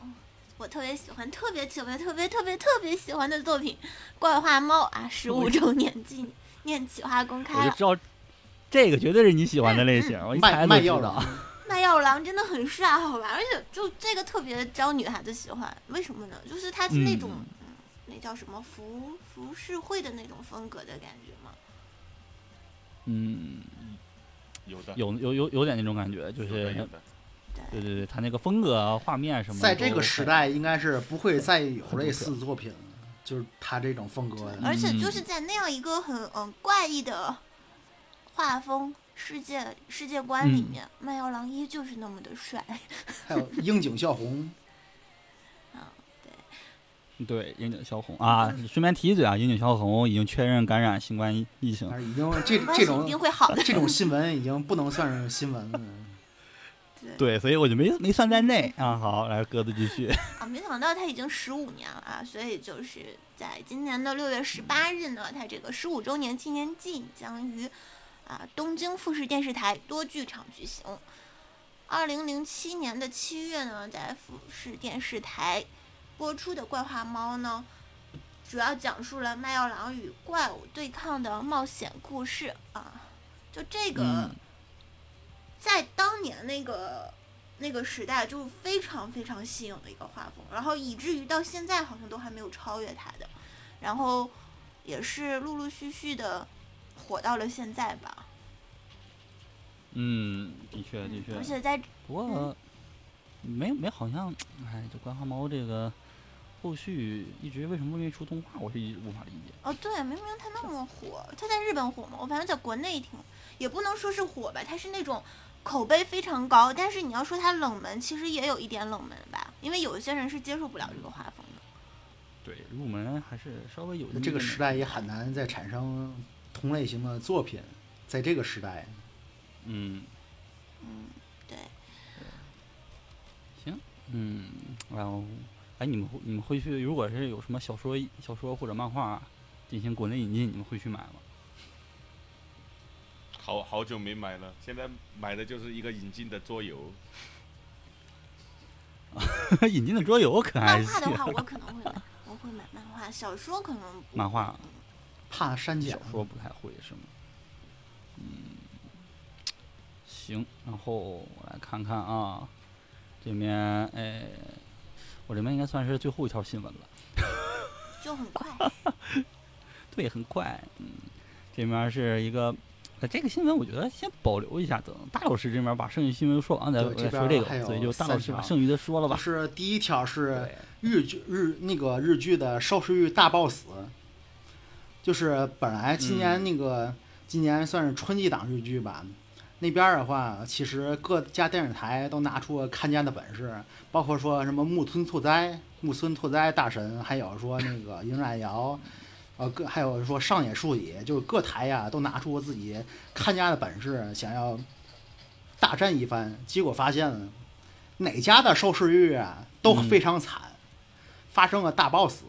Speaker 3: 我特别喜欢，特别特别特别特别特别喜欢的作品《怪画猫》啊，十五周年纪念企划公
Speaker 5: 我
Speaker 3: 开
Speaker 5: 就
Speaker 3: 了。
Speaker 5: 知道这个绝对是你喜欢的类型，我一
Speaker 1: 嗯卖
Speaker 5: 猜就
Speaker 1: 卖
Speaker 5: 知
Speaker 1: 药
Speaker 5: 道
Speaker 1: 了。。
Speaker 3: 卖药郎真的很帅，好吧？而且就这个特别招女孩子喜欢，为什么呢？就是它是那种、
Speaker 5: 嗯
Speaker 3: 嗯那叫什么浮浮世绘的那种风格的感觉嘛。
Speaker 5: 嗯，
Speaker 4: 有的，
Speaker 5: 有有有有点那种感觉，就
Speaker 4: 有的，有
Speaker 5: 是
Speaker 4: 的。
Speaker 5: 对对对，他那个风格啊、画面什么的
Speaker 1: 在
Speaker 5: 都很，
Speaker 1: 这个时代，应该是不会再有类似作品了，就是他这种风格
Speaker 5: 嗯
Speaker 1: 的。
Speaker 3: 而且就是在那样一个很嗯怪异的画风世界世界观里
Speaker 5: 嗯
Speaker 3: 面，卖药郎依旧是那么的帅。
Speaker 1: 还有樱井孝宏，
Speaker 5: 对樱
Speaker 1: 嗯
Speaker 5: 井孝宏啊，顺便提一嘴啊，樱井孝宏已经确认感染新冠疫情
Speaker 1: 但，是已经
Speaker 5: 嗯
Speaker 1: 这
Speaker 3: 没关系
Speaker 1: 这
Speaker 3: 一
Speaker 1: 种
Speaker 3: 定会好的。
Speaker 1: 这种新闻已经不能算是新闻了。
Speaker 5: 对，所以我就没没算在内啊。好，来鸽子继续，
Speaker 3: 啊，没想到他已经十五年了啊，所以就是在今年的六月十八日呢，他这个十五周年纪念季将于啊东京富士电视台多剧场举行。二零零七年的七月呢，在富士电视台播出的《怪话猫》呢，主要讲述了卖药郎与怪物对抗的冒险故事啊。就这个，
Speaker 5: 嗯
Speaker 3: 在当年那个那个时代，就非常非常新颖的一个画风，然后以至于到现在好像都还没有超越它的，然后也是陆陆续续的火到了现在吧。
Speaker 5: 嗯，的确的确
Speaker 3: 而。且在
Speaker 5: 不过没没好像，哎，这官花猫这个后续一直为什么愿意出动画，我是一直无法理解。
Speaker 3: 哦，对，明明他那么火，他在日本火嘛，我反正在国内挺，也不能说是火吧，他是那种口碑非常高，但是你要说他冷门，其实也有一点冷门吧，因为有些人是接受不了这个画风的。
Speaker 5: 对，入门还是稍微有
Speaker 1: 那这个时
Speaker 5: 代，
Speaker 1: 代也很难再产生同类型的作品，在这个时代，
Speaker 5: 嗯
Speaker 3: 嗯，对，
Speaker 5: 嗯，然后，哎，你们会你们会去，如果是有什么小说、小说或者漫画啊进行国内引进，你们会去买吗？
Speaker 4: 好好久没买了，现在买的就是一个引进的桌游，
Speaker 5: 引进的桌游可还
Speaker 3: 漫
Speaker 5: 是
Speaker 3: 画的话我可能会买，我会买漫画，小说可能不
Speaker 5: 漫画
Speaker 1: 怕删减
Speaker 5: 小。说不太会是吗？嗯，行，然后我来看看啊，这边哎，我这边应该算是最后一条新闻了。
Speaker 3: 就很快。
Speaker 5: 对，很快。嗯，这面是一个，呃，这个新闻我觉得先保留一下，等大老师这边把剩余新闻说完，再
Speaker 1: 对这
Speaker 5: 再说
Speaker 1: 边
Speaker 5: 这
Speaker 1: 还
Speaker 5: 个。所以
Speaker 1: 有
Speaker 5: 就大
Speaker 1: 三
Speaker 5: 老师把
Speaker 1: 条
Speaker 5: 剩余的说了吧。
Speaker 1: 是第一条是
Speaker 5: 对，
Speaker 1: 日剧日那个日剧的收视率大暴死，就是本来今年那个、今年算是春季档日剧吧，那边儿的话，其实各家电视台都拿出了看家的本事，包括说什么木村拓哉、木村拓哉大神，还有说那个樱濑遥，呃，各还有说上野树里，就是各台呀都拿出自己看家的本事，想要大战一番，结果发现了哪家的收视率啊都非常惨，发生了大 boss。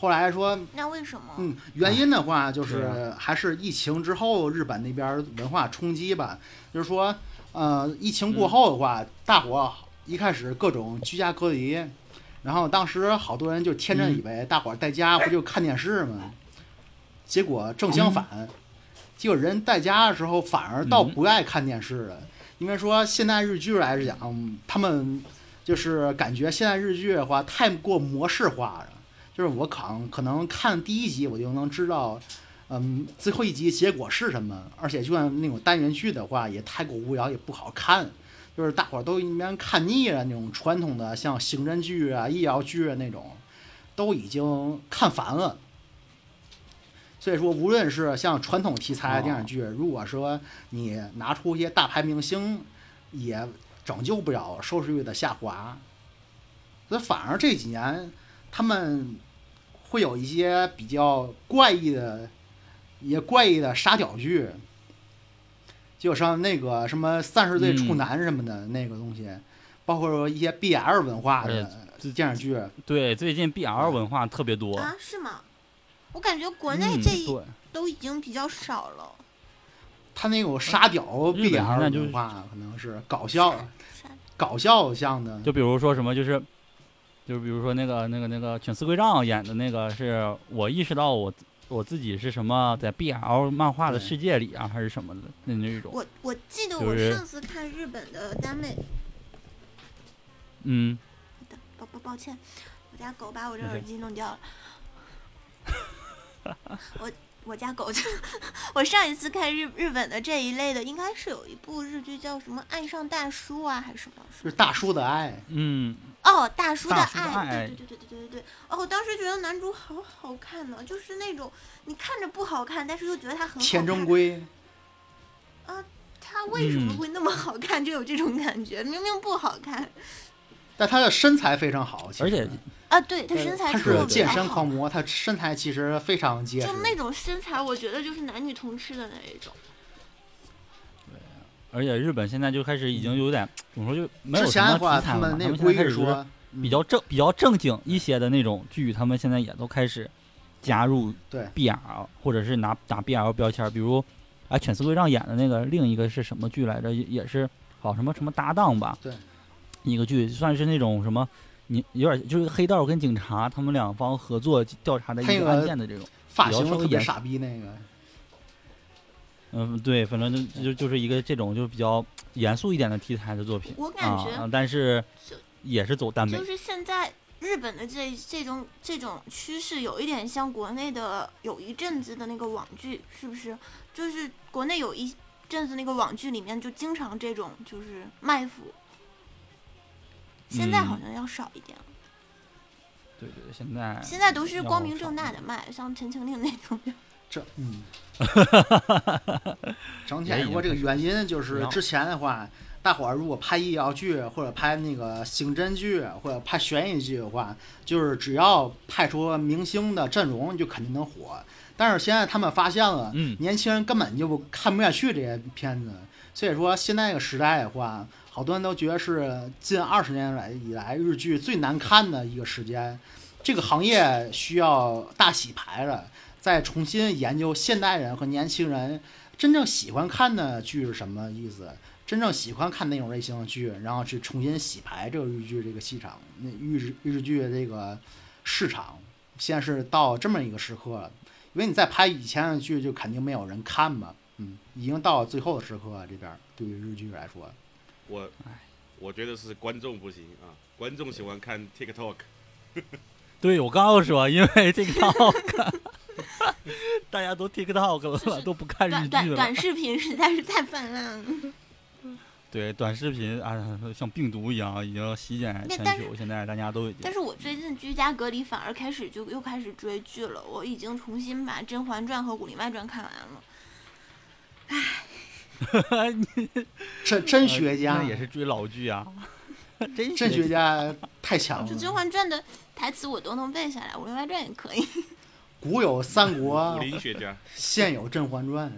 Speaker 1: 后来说，
Speaker 3: 那为什么？
Speaker 1: 嗯，原因的话就
Speaker 5: 对
Speaker 1: 是还是疫情之后日本那边文化冲击吧，就是说，呃，疫情过后的话，大伙一开始各种居家隔离，然后当时好多人就天真以为大伙儿在家不就看电视吗？结果正相反，结果人在家的时候反而倒
Speaker 5: 嗯
Speaker 1: 不爱看电视了，因为说现代日剧来讲，他们就是感觉现代日剧的话太过模式化了，就是我可能可能看第一集我就能知道。嗯，最后一集结果是什么？而且就像那种单元剧的话，也太过无聊，也不好看。就是大伙儿都已经看腻了那种传统的像刑侦剧啊、医疗剧啊那种，都已经看烦了。所以说，无论是像传统题材的电视剧，如果说你拿出一些大牌明星，也拯救不了收视率的下滑。那反而这几年他们会有一些比较怪异的、也怪异的傻屌剧，就像那个什么三十岁处
Speaker 5: 嗯
Speaker 1: 男什么的那个东西，包括说一些 BL 文化
Speaker 5: 而
Speaker 1: 的电视剧，
Speaker 5: 对，最近
Speaker 1: 嗯
Speaker 5: BL 文化特别多。
Speaker 3: 啊，是吗？我感觉国内
Speaker 5: 嗯，
Speaker 3: 这一
Speaker 5: 对，
Speaker 3: 都已经比较少了。
Speaker 1: 他那种沙雕
Speaker 5: 啊日本现
Speaker 1: BL
Speaker 5: 在就是
Speaker 1: 文化可能是搞笑、
Speaker 3: 啥
Speaker 1: 搞笑向的，
Speaker 5: 就比如说什么，就是，就是比如说那个那个那个犬饲规丈演的那个，是我意识到我我自己是什么在 BL 漫画的
Speaker 1: 对
Speaker 5: 世界里啊，还是什么的那那种。
Speaker 3: 我我记得
Speaker 5: 就
Speaker 3: 我
Speaker 5: 是
Speaker 3: 上次看日本的耽美
Speaker 5: 嗯，
Speaker 3: 抱抱抱歉，我家狗把我这
Speaker 5: 没事
Speaker 3: 耳机弄掉了。我我家狗就我上一次看日日本的这一类的，应该是有一部日剧叫什么《爱上大叔》啊，还是什么？
Speaker 1: 就是大叔的爱。
Speaker 5: 嗯，
Speaker 3: 哦，大叔的
Speaker 5: 大叔的
Speaker 3: 爱，
Speaker 5: 爱
Speaker 3: 对对对对对对对对。哦，我当时觉得男主好好看呢，就是那种你看着不好看，但是又觉得他很好看。
Speaker 1: 田中圭，
Speaker 3: 他为什么
Speaker 5: 嗯
Speaker 3: 会那么好看？就有这种感觉，明明不好看
Speaker 1: 但他的身材非常好，其
Speaker 5: 而
Speaker 1: 实
Speaker 5: 且
Speaker 3: 啊！对他
Speaker 1: 对
Speaker 3: 身材
Speaker 1: 呃他
Speaker 3: 出
Speaker 1: 是
Speaker 3: 的比
Speaker 1: 健
Speaker 3: 较
Speaker 1: 身
Speaker 3: 好
Speaker 1: 狂。魔，他身材其实非常结实
Speaker 3: 就。那种身材，我觉得就是男女通吃的那一种。
Speaker 5: 而且日本现在就开始已经有点怎么说，就没有
Speaker 1: 之
Speaker 5: 什
Speaker 1: 前
Speaker 5: 么
Speaker 1: 的
Speaker 5: 题
Speaker 1: 话，
Speaker 5: 材
Speaker 1: 他
Speaker 5: 了嘛。
Speaker 1: 们那
Speaker 5: 们
Speaker 1: 个
Speaker 5: 现在
Speaker 1: 规
Speaker 5: 开
Speaker 1: 矩
Speaker 5: 始就是
Speaker 1: 说
Speaker 5: 比较正、比较正经一些的那种剧，他们现在也都开始加入
Speaker 1: 对
Speaker 5: BL，或者是拿打 BL 标签儿，比如啊，犬饲规丈演的那个另一个是什么剧来着？也也是好什么什么搭档吧？
Speaker 1: 对，
Speaker 5: 一个剧算是那种什么。你有点就是黑道跟警察他们两方合作调查的一
Speaker 1: 他那
Speaker 5: 个
Speaker 1: 个
Speaker 5: 案件的这种，
Speaker 1: 发
Speaker 5: 比较
Speaker 1: 型
Speaker 5: 稍微
Speaker 1: 特别
Speaker 5: 严
Speaker 1: 傻逼那个。
Speaker 5: 嗯，对，反正就就就是一个这种就是比较严肃一点的题材的作品
Speaker 3: 我感
Speaker 5: 啊
Speaker 3: 觉，
Speaker 5: 啊但是
Speaker 3: 就
Speaker 5: 也是走耽美
Speaker 3: 就，是现在日本的这这种这种趋势，有一点像国内的有一阵子的那个网剧，是不是？就是国内有一阵子那个网剧里面就经常这种就是卖腐，现在
Speaker 5: 嗯
Speaker 3: 好像要少一点了，
Speaker 5: 对对，对现在
Speaker 3: 现在都是
Speaker 5: 哎要
Speaker 3: 光明
Speaker 5: 少
Speaker 3: 正大
Speaker 5: 一
Speaker 3: 的卖，像陈情令那 种。
Speaker 1: 这嗯，整体来说，这个原因就是之前的话，大伙儿如果拍医疗剧或者拍那个刑侦剧或者拍悬疑剧的话，就是只要派出明星的阵容，就肯定能火。但是现在他们发现了，
Speaker 5: 嗯
Speaker 1: 年轻人根本就看不下去这些片子，所以说现在这个时代的话，好多人都觉得是近二十年来以来日剧最难看的一个时间，这个行业需要大洗牌了。再重新研究现代人和年轻人真正喜欢看的剧是什么意思，真正喜欢看哪种类型的剧，然后去重新洗牌这个日剧这个市场，那日日剧的这个市场，现在是到这么一个时刻了，因为你再拍以前的剧就肯定没有人看嘛，嗯，已经到最后的时刻了，这边儿对于日剧来说，
Speaker 4: 我我觉得是观众不行啊，观众喜欢看 TikTok，
Speaker 5: 对，我刚要说，因 为 TikTok，大家都 TikTok
Speaker 3: 就
Speaker 5: 了，
Speaker 3: 是
Speaker 5: 都不看
Speaker 3: 短
Speaker 5: 日
Speaker 3: 短
Speaker 5: 剧了。
Speaker 3: 短视频实在是太泛滥了。
Speaker 5: 对，短视频啊，像病毒一样，已经席卷
Speaker 3: 那
Speaker 5: 全
Speaker 3: 但
Speaker 5: 球。现在大家都已经
Speaker 3: 但是我最近居家隔离，反而开始就又开始追剧了。我已经重新把《甄嬛传》和《武林外传》看完了。
Speaker 1: 真真学家
Speaker 5: 呃那，也是追老剧啊， 真
Speaker 1: 真学
Speaker 5: 家。
Speaker 1: 家太强
Speaker 3: 哦就《甄
Speaker 1: 了，
Speaker 3: 嬛传》的台词我都能背下来，《武林外传》也可以。
Speaker 1: 古有三
Speaker 4: 武
Speaker 5: 啊
Speaker 1: 国，
Speaker 4: 林学 家，
Speaker 1: 现有《甄嬛传》。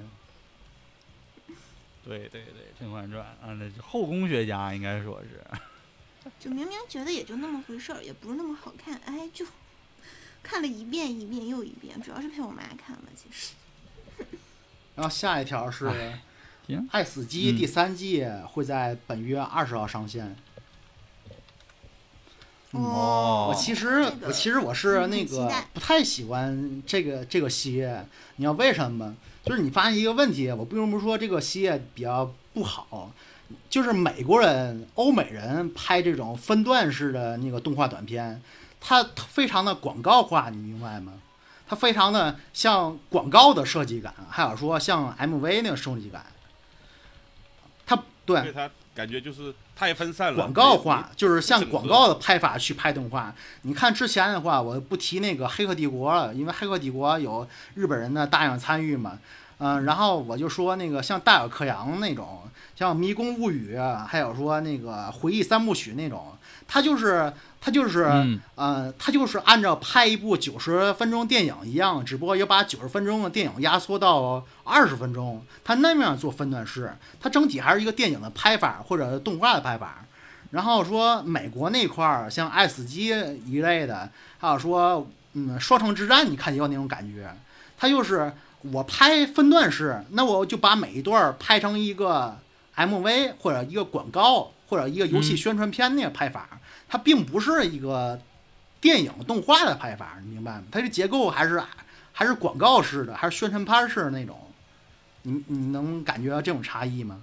Speaker 5: 对对对，《甄嬛传》啊，那是后宫学家应该说是。
Speaker 3: 就明明觉得也就那么回事儿，也不是那么好看，哎，就看了一遍一遍又一遍，主要是陪我妈看了。其实
Speaker 1: 然后下一条是
Speaker 5: 哎行
Speaker 1: 《爱死机》
Speaker 5: 嗯
Speaker 1: 第三季会在本月二十号上线。
Speaker 5: 哦
Speaker 1: 嗯我其实
Speaker 3: 这个
Speaker 1: 我其实我是
Speaker 3: 嗯
Speaker 1: 那
Speaker 3: 很期
Speaker 1: 个
Speaker 3: 待
Speaker 1: 不太喜欢这个这个系列，你知道为什么吗？就是你发现一个问题，我并不是说这个系列比较不好，就是美国人、欧美人拍这种分段式的那个动画短片，它非常的广告化，你明白吗？它非常的像广告的设计感，还有说像 MV 那个设计感，它
Speaker 5: 哎
Speaker 1: 对
Speaker 4: 对他感觉就是太分散了，
Speaker 1: 广告化，就是像
Speaker 4: 整个
Speaker 1: 广告的拍法去拍动画。你看之前的话，我不提那个《黑客帝国》了，因为《黑客帝国》有日本人的大量参与嘛。嗯，然后我就说那个像大有克洋那种，像《迷宫物语》，啊还有说那个《回忆三部曲》那种，它就是它就是、
Speaker 5: 嗯，
Speaker 1: 呃，它就是按照拍一部九十分钟电影一样，只不过要把九十分钟的电影压缩到二十分钟，它那样做分段式，它整体还是一个电影的拍法或者动画的拍法。然后说美国那块儿，像《爱死机》一类的，还有说，嗯，《双城之战》，你看也有那种感觉，它就是我拍分段式，那我就把每一段儿拍成一个 MV 或者一个广告或者一个游戏
Speaker 5: 嗯
Speaker 1: 宣传片那个拍法，它并不是一个电影动画的拍法，你明白吗？它这结构还是还是广告式的，还是宣传片式的那种。你你能感觉到这种差异吗？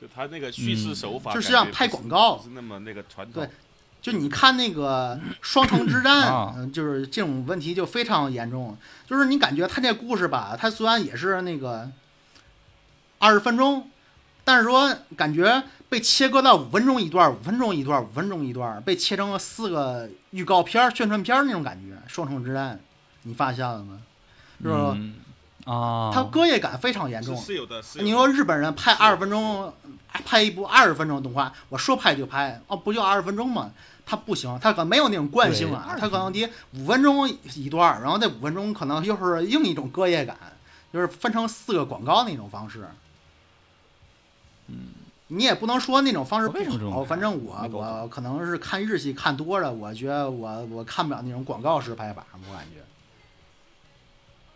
Speaker 4: 就他那个叙事手法，
Speaker 1: 嗯就是像
Speaker 4: 感觉不
Speaker 1: 拍
Speaker 4: 是
Speaker 1: 广告
Speaker 4: 不是那么那个传统
Speaker 1: 对。就你看那 个《双城之战》
Speaker 5: 啊
Speaker 1: 嗯，就是这种问题就非常严重。就是你感觉他这故事吧，他虽然也是那个二十分钟，但是说感觉被切割到五分钟一段儿，五分钟一段儿，五分钟一段儿，被切成了四个预告片儿、宣传片儿那种感觉。《双城之战》，你发现了吗？就是说
Speaker 5: 嗯啊，
Speaker 1: 它割裂感非常严
Speaker 4: 是
Speaker 1: 重。
Speaker 4: 是有的，是有的
Speaker 1: 你说日本人拍
Speaker 4: 是有
Speaker 1: 二十分钟，拍一部二十分钟的动画，我说拍就拍，哦，不就二十分钟吗？他不行，他可没有那种惯性啊，
Speaker 5: 对
Speaker 1: 他可能得五分钟一段儿，然后这五分钟可能又是另一种割裂感，就是分成四个广告那种方式。
Speaker 5: 嗯，
Speaker 1: 你也不能说那种方式
Speaker 5: 我为什么这
Speaker 1: 不
Speaker 5: 么
Speaker 1: 好，
Speaker 5: 看
Speaker 1: 反正我
Speaker 5: 没搞懂
Speaker 1: 我可能是看日系看多了，我觉得我我看不了那种广告式拍法，我感觉。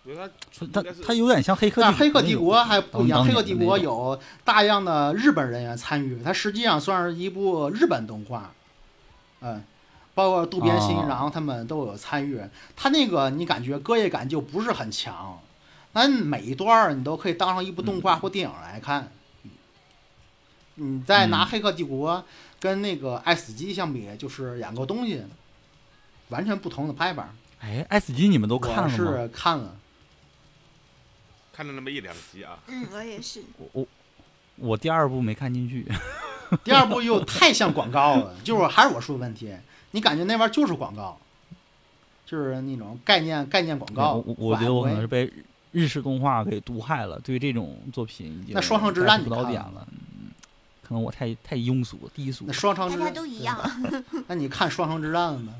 Speaker 4: 因为
Speaker 5: 说
Speaker 4: 他应该
Speaker 5: 它
Speaker 4: 是
Speaker 5: 它有点像黑客帝
Speaker 1: 但啊是《黑
Speaker 5: 国
Speaker 1: 客帝国》还不一样，《
Speaker 5: 当
Speaker 1: 黑
Speaker 5: 年
Speaker 1: 客
Speaker 5: 的
Speaker 1: 帝国》
Speaker 5: 那种
Speaker 1: 有大量的日本人员参与，它实际上算是一部日本动画，嗯，包括渡边
Speaker 5: 啊
Speaker 1: 信一郎他们都有参与。它那个你感觉割裂感就不是很强，那每一段儿你都可以当成一部动画或电影来看。嗯你再拿《
Speaker 5: 嗯
Speaker 1: 黑客帝国》跟那个《爱死机》相比，就是两个东西，完全不同的拍法。
Speaker 5: 哎，《爱死机》你们都看
Speaker 1: 我
Speaker 5: 了吗？
Speaker 1: 是看了，
Speaker 4: 看了那么一两 集啊，
Speaker 3: 嗯，我也是。
Speaker 5: 我我我第二部没看进去，
Speaker 1: 第二部又太像广告了，就是还是我说的问题，你感觉那玩意儿就是广告，就是那种概念概念 广告。
Speaker 5: 我我我觉得我可能
Speaker 1: 拐
Speaker 5: 是被日日式动画给毒害了，对这种作品已经
Speaker 1: 那双城之战
Speaker 5: 不
Speaker 1: 你
Speaker 5: 到
Speaker 1: 看
Speaker 5: 点
Speaker 1: 了
Speaker 5: 了，嗯可能我太太庸俗低俗
Speaker 1: 那。双城
Speaker 3: 大
Speaker 1: 之
Speaker 3: 家都一样，啊
Speaker 1: 那你看双城之战了吗？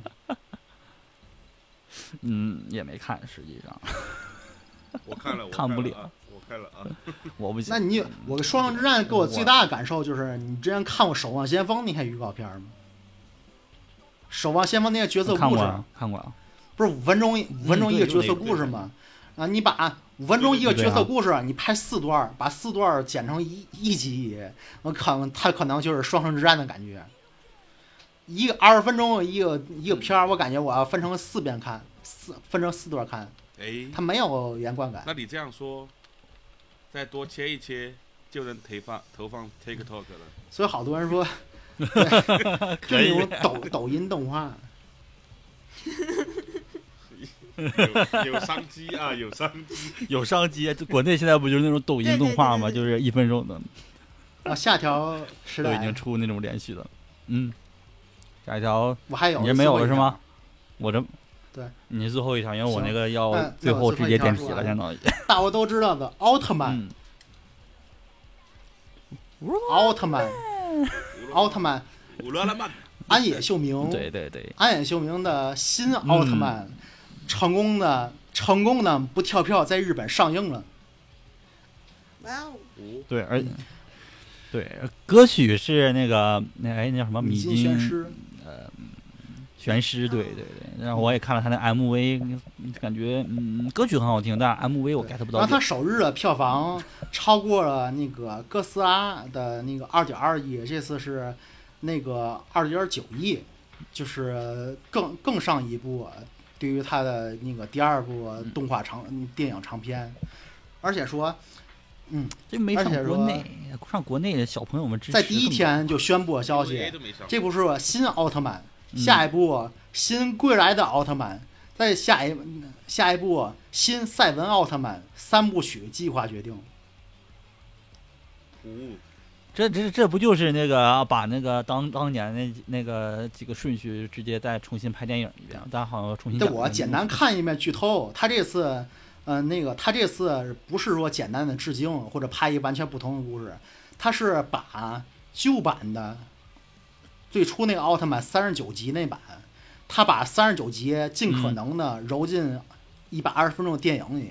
Speaker 5: 嗯，也没看，实际 上
Speaker 4: 我看了，我
Speaker 5: 看不
Speaker 4: 了
Speaker 5: 了
Speaker 4: 啊，我看了啊，
Speaker 5: 我不行。
Speaker 1: 那你我《双城之战》给我最大的感受就是，你之前看过《守望先锋》那些预告片吗？《守望先锋》那些角色
Speaker 5: 我看
Speaker 1: 故
Speaker 5: 过
Speaker 1: 事，
Speaker 5: 啊，看过 啊，
Speaker 1: 不是五分钟一五分钟
Speaker 5: 嗯
Speaker 1: 一
Speaker 5: 对
Speaker 1: 个
Speaker 5: 就
Speaker 1: 角
Speaker 5: 那
Speaker 1: 色
Speaker 5: 个
Speaker 1: 故事吗？啊，你把五分钟一个
Speaker 5: 对
Speaker 1: 角
Speaker 5: 对
Speaker 1: 色
Speaker 5: 啊
Speaker 1: 故事，你拍四段儿，把四段儿剪成一一集，我可能它可能就是双城之战的感觉。一个二十分钟一个一个片儿，我感觉我要分成四遍看，四分成四段儿看，
Speaker 4: 哎，
Speaker 1: 它没有连贯感。
Speaker 4: 那你这样说，再多切一切就能投放投放 TikTok 了。
Speaker 1: 所以好多人 说，就
Speaker 5: 可
Speaker 1: 那
Speaker 5: 以
Speaker 1: 种抖抖音动画，
Speaker 4: 有有商机 啊，有商机。
Speaker 5: 有商机啊。就国内现在不就是那种抖
Speaker 3: 对
Speaker 5: 音
Speaker 3: 对
Speaker 5: 动
Speaker 3: 对
Speaker 5: 画
Speaker 3: 对
Speaker 5: 嘛，
Speaker 3: 对
Speaker 5: 就是一分钟的，
Speaker 1: 啊，下条时
Speaker 5: 都已经
Speaker 1: 代
Speaker 5: 出那种连续的。嗯，下一条
Speaker 1: 哎我还有
Speaker 5: 你这没有
Speaker 1: 最
Speaker 5: 了
Speaker 1: 后一
Speaker 5: 是
Speaker 1: 条
Speaker 5: 吗？？我这
Speaker 1: 对，
Speaker 5: 你是最后一条，因为我
Speaker 1: 行
Speaker 5: 那个
Speaker 1: 那
Speaker 5: 要
Speaker 1: 那
Speaker 5: 最
Speaker 1: 我
Speaker 5: 后
Speaker 1: 最
Speaker 5: 直
Speaker 1: 后一
Speaker 5: 接
Speaker 1: 条
Speaker 5: 点
Speaker 1: 说
Speaker 5: 题了，
Speaker 1: 完
Speaker 5: 相当于。
Speaker 1: 大伙都知道的奥特曼，
Speaker 5: 嗯，
Speaker 1: 奥特曼，奥特曼，
Speaker 4: 曼，乌拉拉曼，
Speaker 1: 安野秀明，
Speaker 5: 对嗯对对，
Speaker 1: 安野秀明的新奥特曼，成功的成功的不跳票，在日本上映了。
Speaker 3: 哇哦，
Speaker 4: 哦
Speaker 5: 对，
Speaker 1: 嗯
Speaker 5: 而对呃歌曲是那个那哎那叫什么米
Speaker 1: 米津玄师，
Speaker 5: 玄师，对对对。然后我也看了他那 MV，感 觉嗯歌曲很好听，但 MV 我 get 不
Speaker 1: 然
Speaker 5: 到
Speaker 1: 后
Speaker 5: 点
Speaker 1: 他。首日的票房超过了那个哥斯拉的那个二点二亿，这次是那个二点九亿，就是更更上一步。对于他的那个第二部
Speaker 5: 嗯
Speaker 1: 动画长、电影长片，而且说
Speaker 5: 这没上
Speaker 1: 而且
Speaker 5: 国
Speaker 1: 说
Speaker 5: 内，上国内的小朋友们支持。
Speaker 1: 在第一，天就宣布了消
Speaker 4: UA
Speaker 1: 息，
Speaker 4: 都没上，
Speaker 1: 这部是新奥特曼，
Speaker 5: 嗯
Speaker 1: 下一部啊新归来的奥特曼，再下一下一部啊新赛文奥特曼，三部曲计划决定。
Speaker 4: 哦
Speaker 5: 这这这不就是那个把那个当当年那那个几个顺序直接再重新拍电影一遍，但好像重新
Speaker 1: 这
Speaker 5: 讲了
Speaker 1: 我
Speaker 5: 那个
Speaker 1: 简单看一遍剧透，他这次，呃，那个他这次不是说简单的致敬或者拍一完全不同的故事，他是把旧版的最初那个奥特曼三十九集那版，他把三十九集尽
Speaker 5: 嗯
Speaker 1: 可能的揉进一百二十分钟的电影里，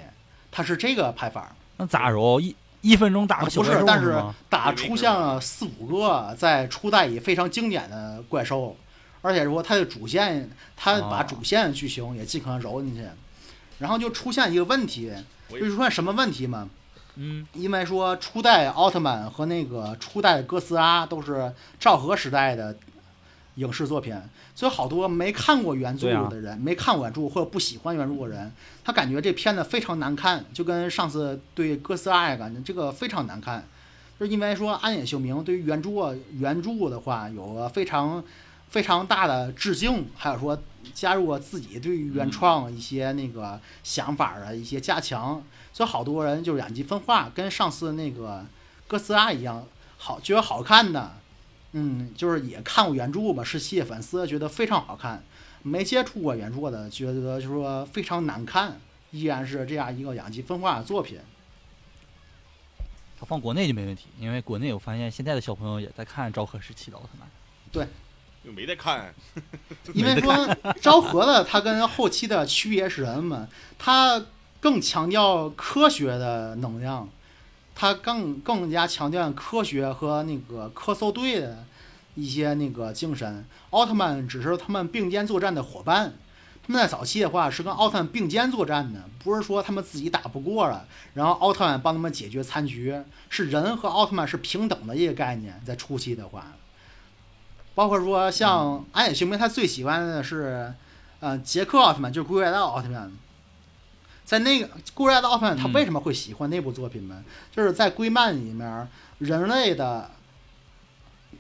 Speaker 1: 他是这个拍法。
Speaker 5: 那咋揉？一一分钟打
Speaker 1: 啊
Speaker 5: 个小
Speaker 1: 不
Speaker 5: 怪
Speaker 1: 是
Speaker 5: 兽，
Speaker 1: 但是
Speaker 5: 吗？
Speaker 1: 打出现了四五个在初代也非常经典的怪兽，而且说它的主线，它把
Speaker 5: 哦
Speaker 1: 主线剧情也尽可能揉进去，然后就出现一个问题，
Speaker 4: 我
Speaker 1: 就出现什么问题嘛？
Speaker 5: 嗯，
Speaker 1: 因为说初代奥特曼和那个初代的哥斯拉都是昭和时代的影视作品，所以好多没看过原著
Speaker 5: 对啊
Speaker 1: 的人，没看过原著或者不喜欢原著的人，他感觉这片子非常难看，就跟上次对哥斯拉也感觉这个非常难看，就是因为说安野秀明对于原著啊原著的话有了非常非常大的致敬，还有说加入了自己对于
Speaker 5: 嗯
Speaker 1: 原创一些那个想法的一些加强，所以好多人就两极分化，跟上次那个哥斯拉一样，好觉得好看的，嗯，就是也看过原著吧，是吸引粉丝觉得非常好看，没接触过原著的觉得就是说非常难看，依然是这样一个两极分化的作品。
Speaker 5: 它放国内就没问题，因为国内我发现现在的小朋友也在看昭和时期的奥特曼。
Speaker 4: 又没得看，
Speaker 1: 因为说昭和的它跟后期的区别是什么？它更强调科学的能量，它更更加强调科学和那个科搜队的一些那个精神。奥特曼只是他们并肩作战的伙伴。他们在早期的话是跟奥特曼并肩作战的，不是说他们自己打不过了，然后奥特曼帮他们解决残局，是人和奥特曼是平等的一个概念。在初期的话，包括说像安野秀明，他最喜欢的是，呃，杰克奥特曼，就是归来的奥特曼。在那个归来的奥特曼，他
Speaker 5: 嗯
Speaker 1: 为什么会喜欢那部作品呢？就是在龟漫里面，人类的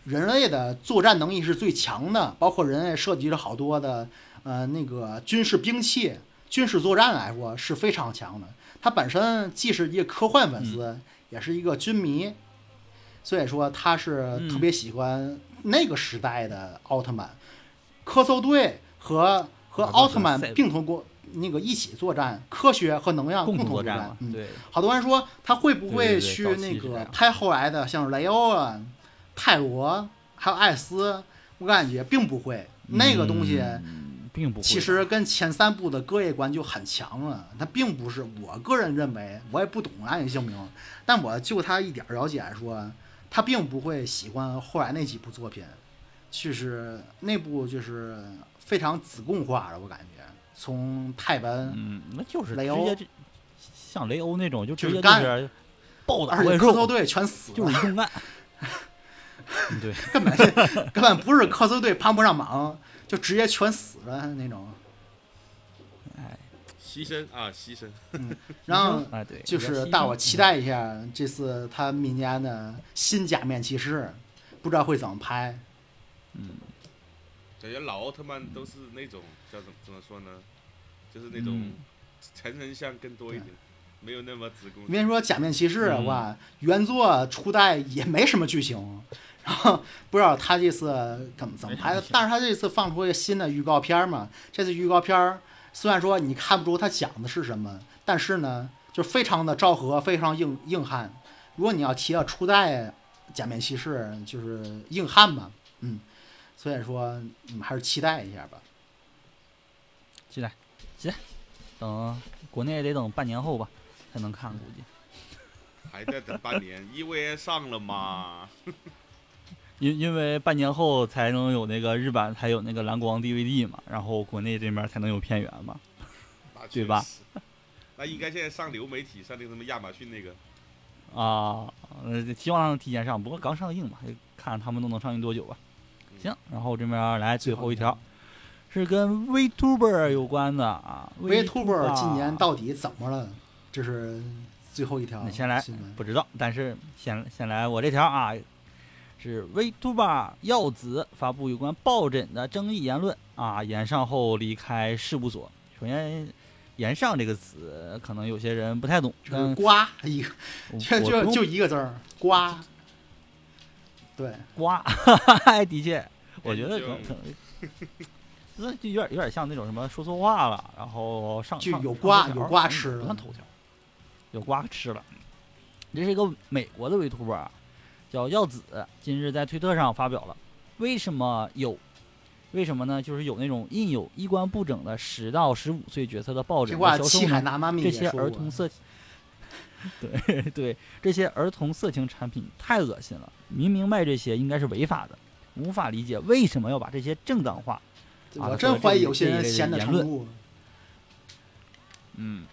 Speaker 1: 人类的作战能力是最强的，包括人类涉及了好多的呃那个军事兵器，军事作战来说是非常强的。他本身既是一个科幻粉丝，
Speaker 5: 嗯
Speaker 1: 也是一个军迷，所以说他是特别喜欢那个时代的奥特曼。科搜队和和
Speaker 5: 啊都是
Speaker 1: 奥特曼
Speaker 5: 赛博
Speaker 1: 并同过那个一起作战，科学和能量
Speaker 5: 共
Speaker 1: 同
Speaker 5: 同作
Speaker 1: 作
Speaker 5: 战嘛，
Speaker 1: 嗯，
Speaker 5: 对，
Speaker 1: 好多人说他会不
Speaker 5: 对
Speaker 1: 会
Speaker 5: 对对
Speaker 1: 去
Speaker 5: 早期
Speaker 1: 那
Speaker 5: 是这
Speaker 1: 个
Speaker 5: 样
Speaker 1: 拍后来的，像雷欧啊、泰罗还有艾斯，我感觉并不会。那个东西
Speaker 5: 嗯并不会
Speaker 1: 其实跟前三部的割裂观就很强了，它并不是我个人认为，我也不懂暗影姓名，但我就他一点儿了解来说，他并不会喜欢后来那几部作品，就是那部就是非常子贡化了，我感觉从泰文，
Speaker 5: 嗯，那就是
Speaker 1: 雷
Speaker 5: 直
Speaker 1: 欧
Speaker 5: 接这像雷欧那种就
Speaker 1: 就是
Speaker 5: 直接
Speaker 1: 干
Speaker 5: 就是暴打
Speaker 1: 而且
Speaker 5: 怪
Speaker 1: 科搜
Speaker 5: 兽，
Speaker 1: 队全死了，
Speaker 5: 就是 硬干。对，
Speaker 1: 根本根本不是科搜队帮不上忙，就直接全死了那种。
Speaker 4: 牺牲啊，牺牲，
Speaker 1: 然 后
Speaker 5: 啊，对，
Speaker 1: 就是
Speaker 5: 大
Speaker 1: 大伙期待一下这次他明年的新假面骑士，不知道会怎么拍。
Speaker 4: 感觉老奥特曼都是那种叫怎么怎么说呢，就是那
Speaker 1: 嗯
Speaker 4: 种成人像更多一点，没有那么子宫。
Speaker 1: 别说假面骑士的
Speaker 5: 嗯
Speaker 1: 话，原作初代也没什么剧情，然后不知道他这次怎么怎么拍的。但是他这次放出一个新的预告片嘛，这次预告片虽然说你看不出他讲的是什么，但是呢，就非常的昭和，非常硬硬汉。如果你要提到初代假面骑士，就是硬汉嘛，嗯，所以说你们还是期待一下吧。
Speaker 5: 等国内也得等半年后吧，才能看，估计。
Speaker 4: 还在等半 年，EVA 上了嘛？
Speaker 5: 因因为半年后才能有那个日版，才有那个蓝光 DVD 嘛，然后国内这边才能有片源嘛。
Speaker 4: 那
Speaker 5: 对
Speaker 4: 确
Speaker 5: 吧
Speaker 4: 实？那应该现在上流媒体，上那个什么亚马逊 那个，
Speaker 5: 啊，呃，希望它能提前上，不过刚上映嘛，看他们都能上映多久吧。
Speaker 4: 嗯
Speaker 5: 行，然后这边来最后一
Speaker 1: 最后
Speaker 5: 条，是跟 VTuber 有关的啊。
Speaker 1: VTuber 今年到底怎么了？这是最后一条
Speaker 5: 你先来
Speaker 1: 新闻。
Speaker 5: 不知道，但是先先来我这条啊，是 VTuber 耀子发布有关抱枕的争议言论啊，言上后离开事务所。首先，言上这个词可能有些人不太懂，
Speaker 1: 就是
Speaker 5: 但
Speaker 1: 瓜一个，
Speaker 5: 我
Speaker 1: 就
Speaker 5: 我
Speaker 1: 就
Speaker 5: 不
Speaker 1: 就一个字儿瓜。对，
Speaker 5: 瓜， 的确，我觉得可能可能。那就有点有点像那种什么说错话了，然后上
Speaker 1: 就
Speaker 5: 上
Speaker 1: 有
Speaker 5: 上
Speaker 1: 瓜
Speaker 5: 头条嗯
Speaker 1: 有瓜吃
Speaker 5: 不
Speaker 1: 了
Speaker 5: 算头条，有瓜吃了。这是一个美国的 Vtuber，啊叫耀子，近日在推特上发表了为什么有，为什么呢？就是有那种印有衣冠不整的十到十五岁角色的抱
Speaker 1: 这
Speaker 5: 枕
Speaker 1: 话
Speaker 5: 的销售
Speaker 1: 七
Speaker 5: 呢
Speaker 1: 海纳妈咪
Speaker 5: 这
Speaker 1: 也
Speaker 5: 些
Speaker 1: 说
Speaker 5: 儿
Speaker 1: 过
Speaker 5: 童，色，对对，这些儿童色情产品太恶心了，明明卖这些应该是违法的，无法理解为什么要把这些正当化。啊
Speaker 1: 我
Speaker 5: 说
Speaker 1: 真
Speaker 5: 这
Speaker 1: 怀疑
Speaker 5: 一
Speaker 1: 有些
Speaker 5: 这一
Speaker 1: 人
Speaker 5: 类的
Speaker 1: 闲的
Speaker 5: 言
Speaker 1: 程
Speaker 5: 论
Speaker 1: 度。
Speaker 5: 嗯，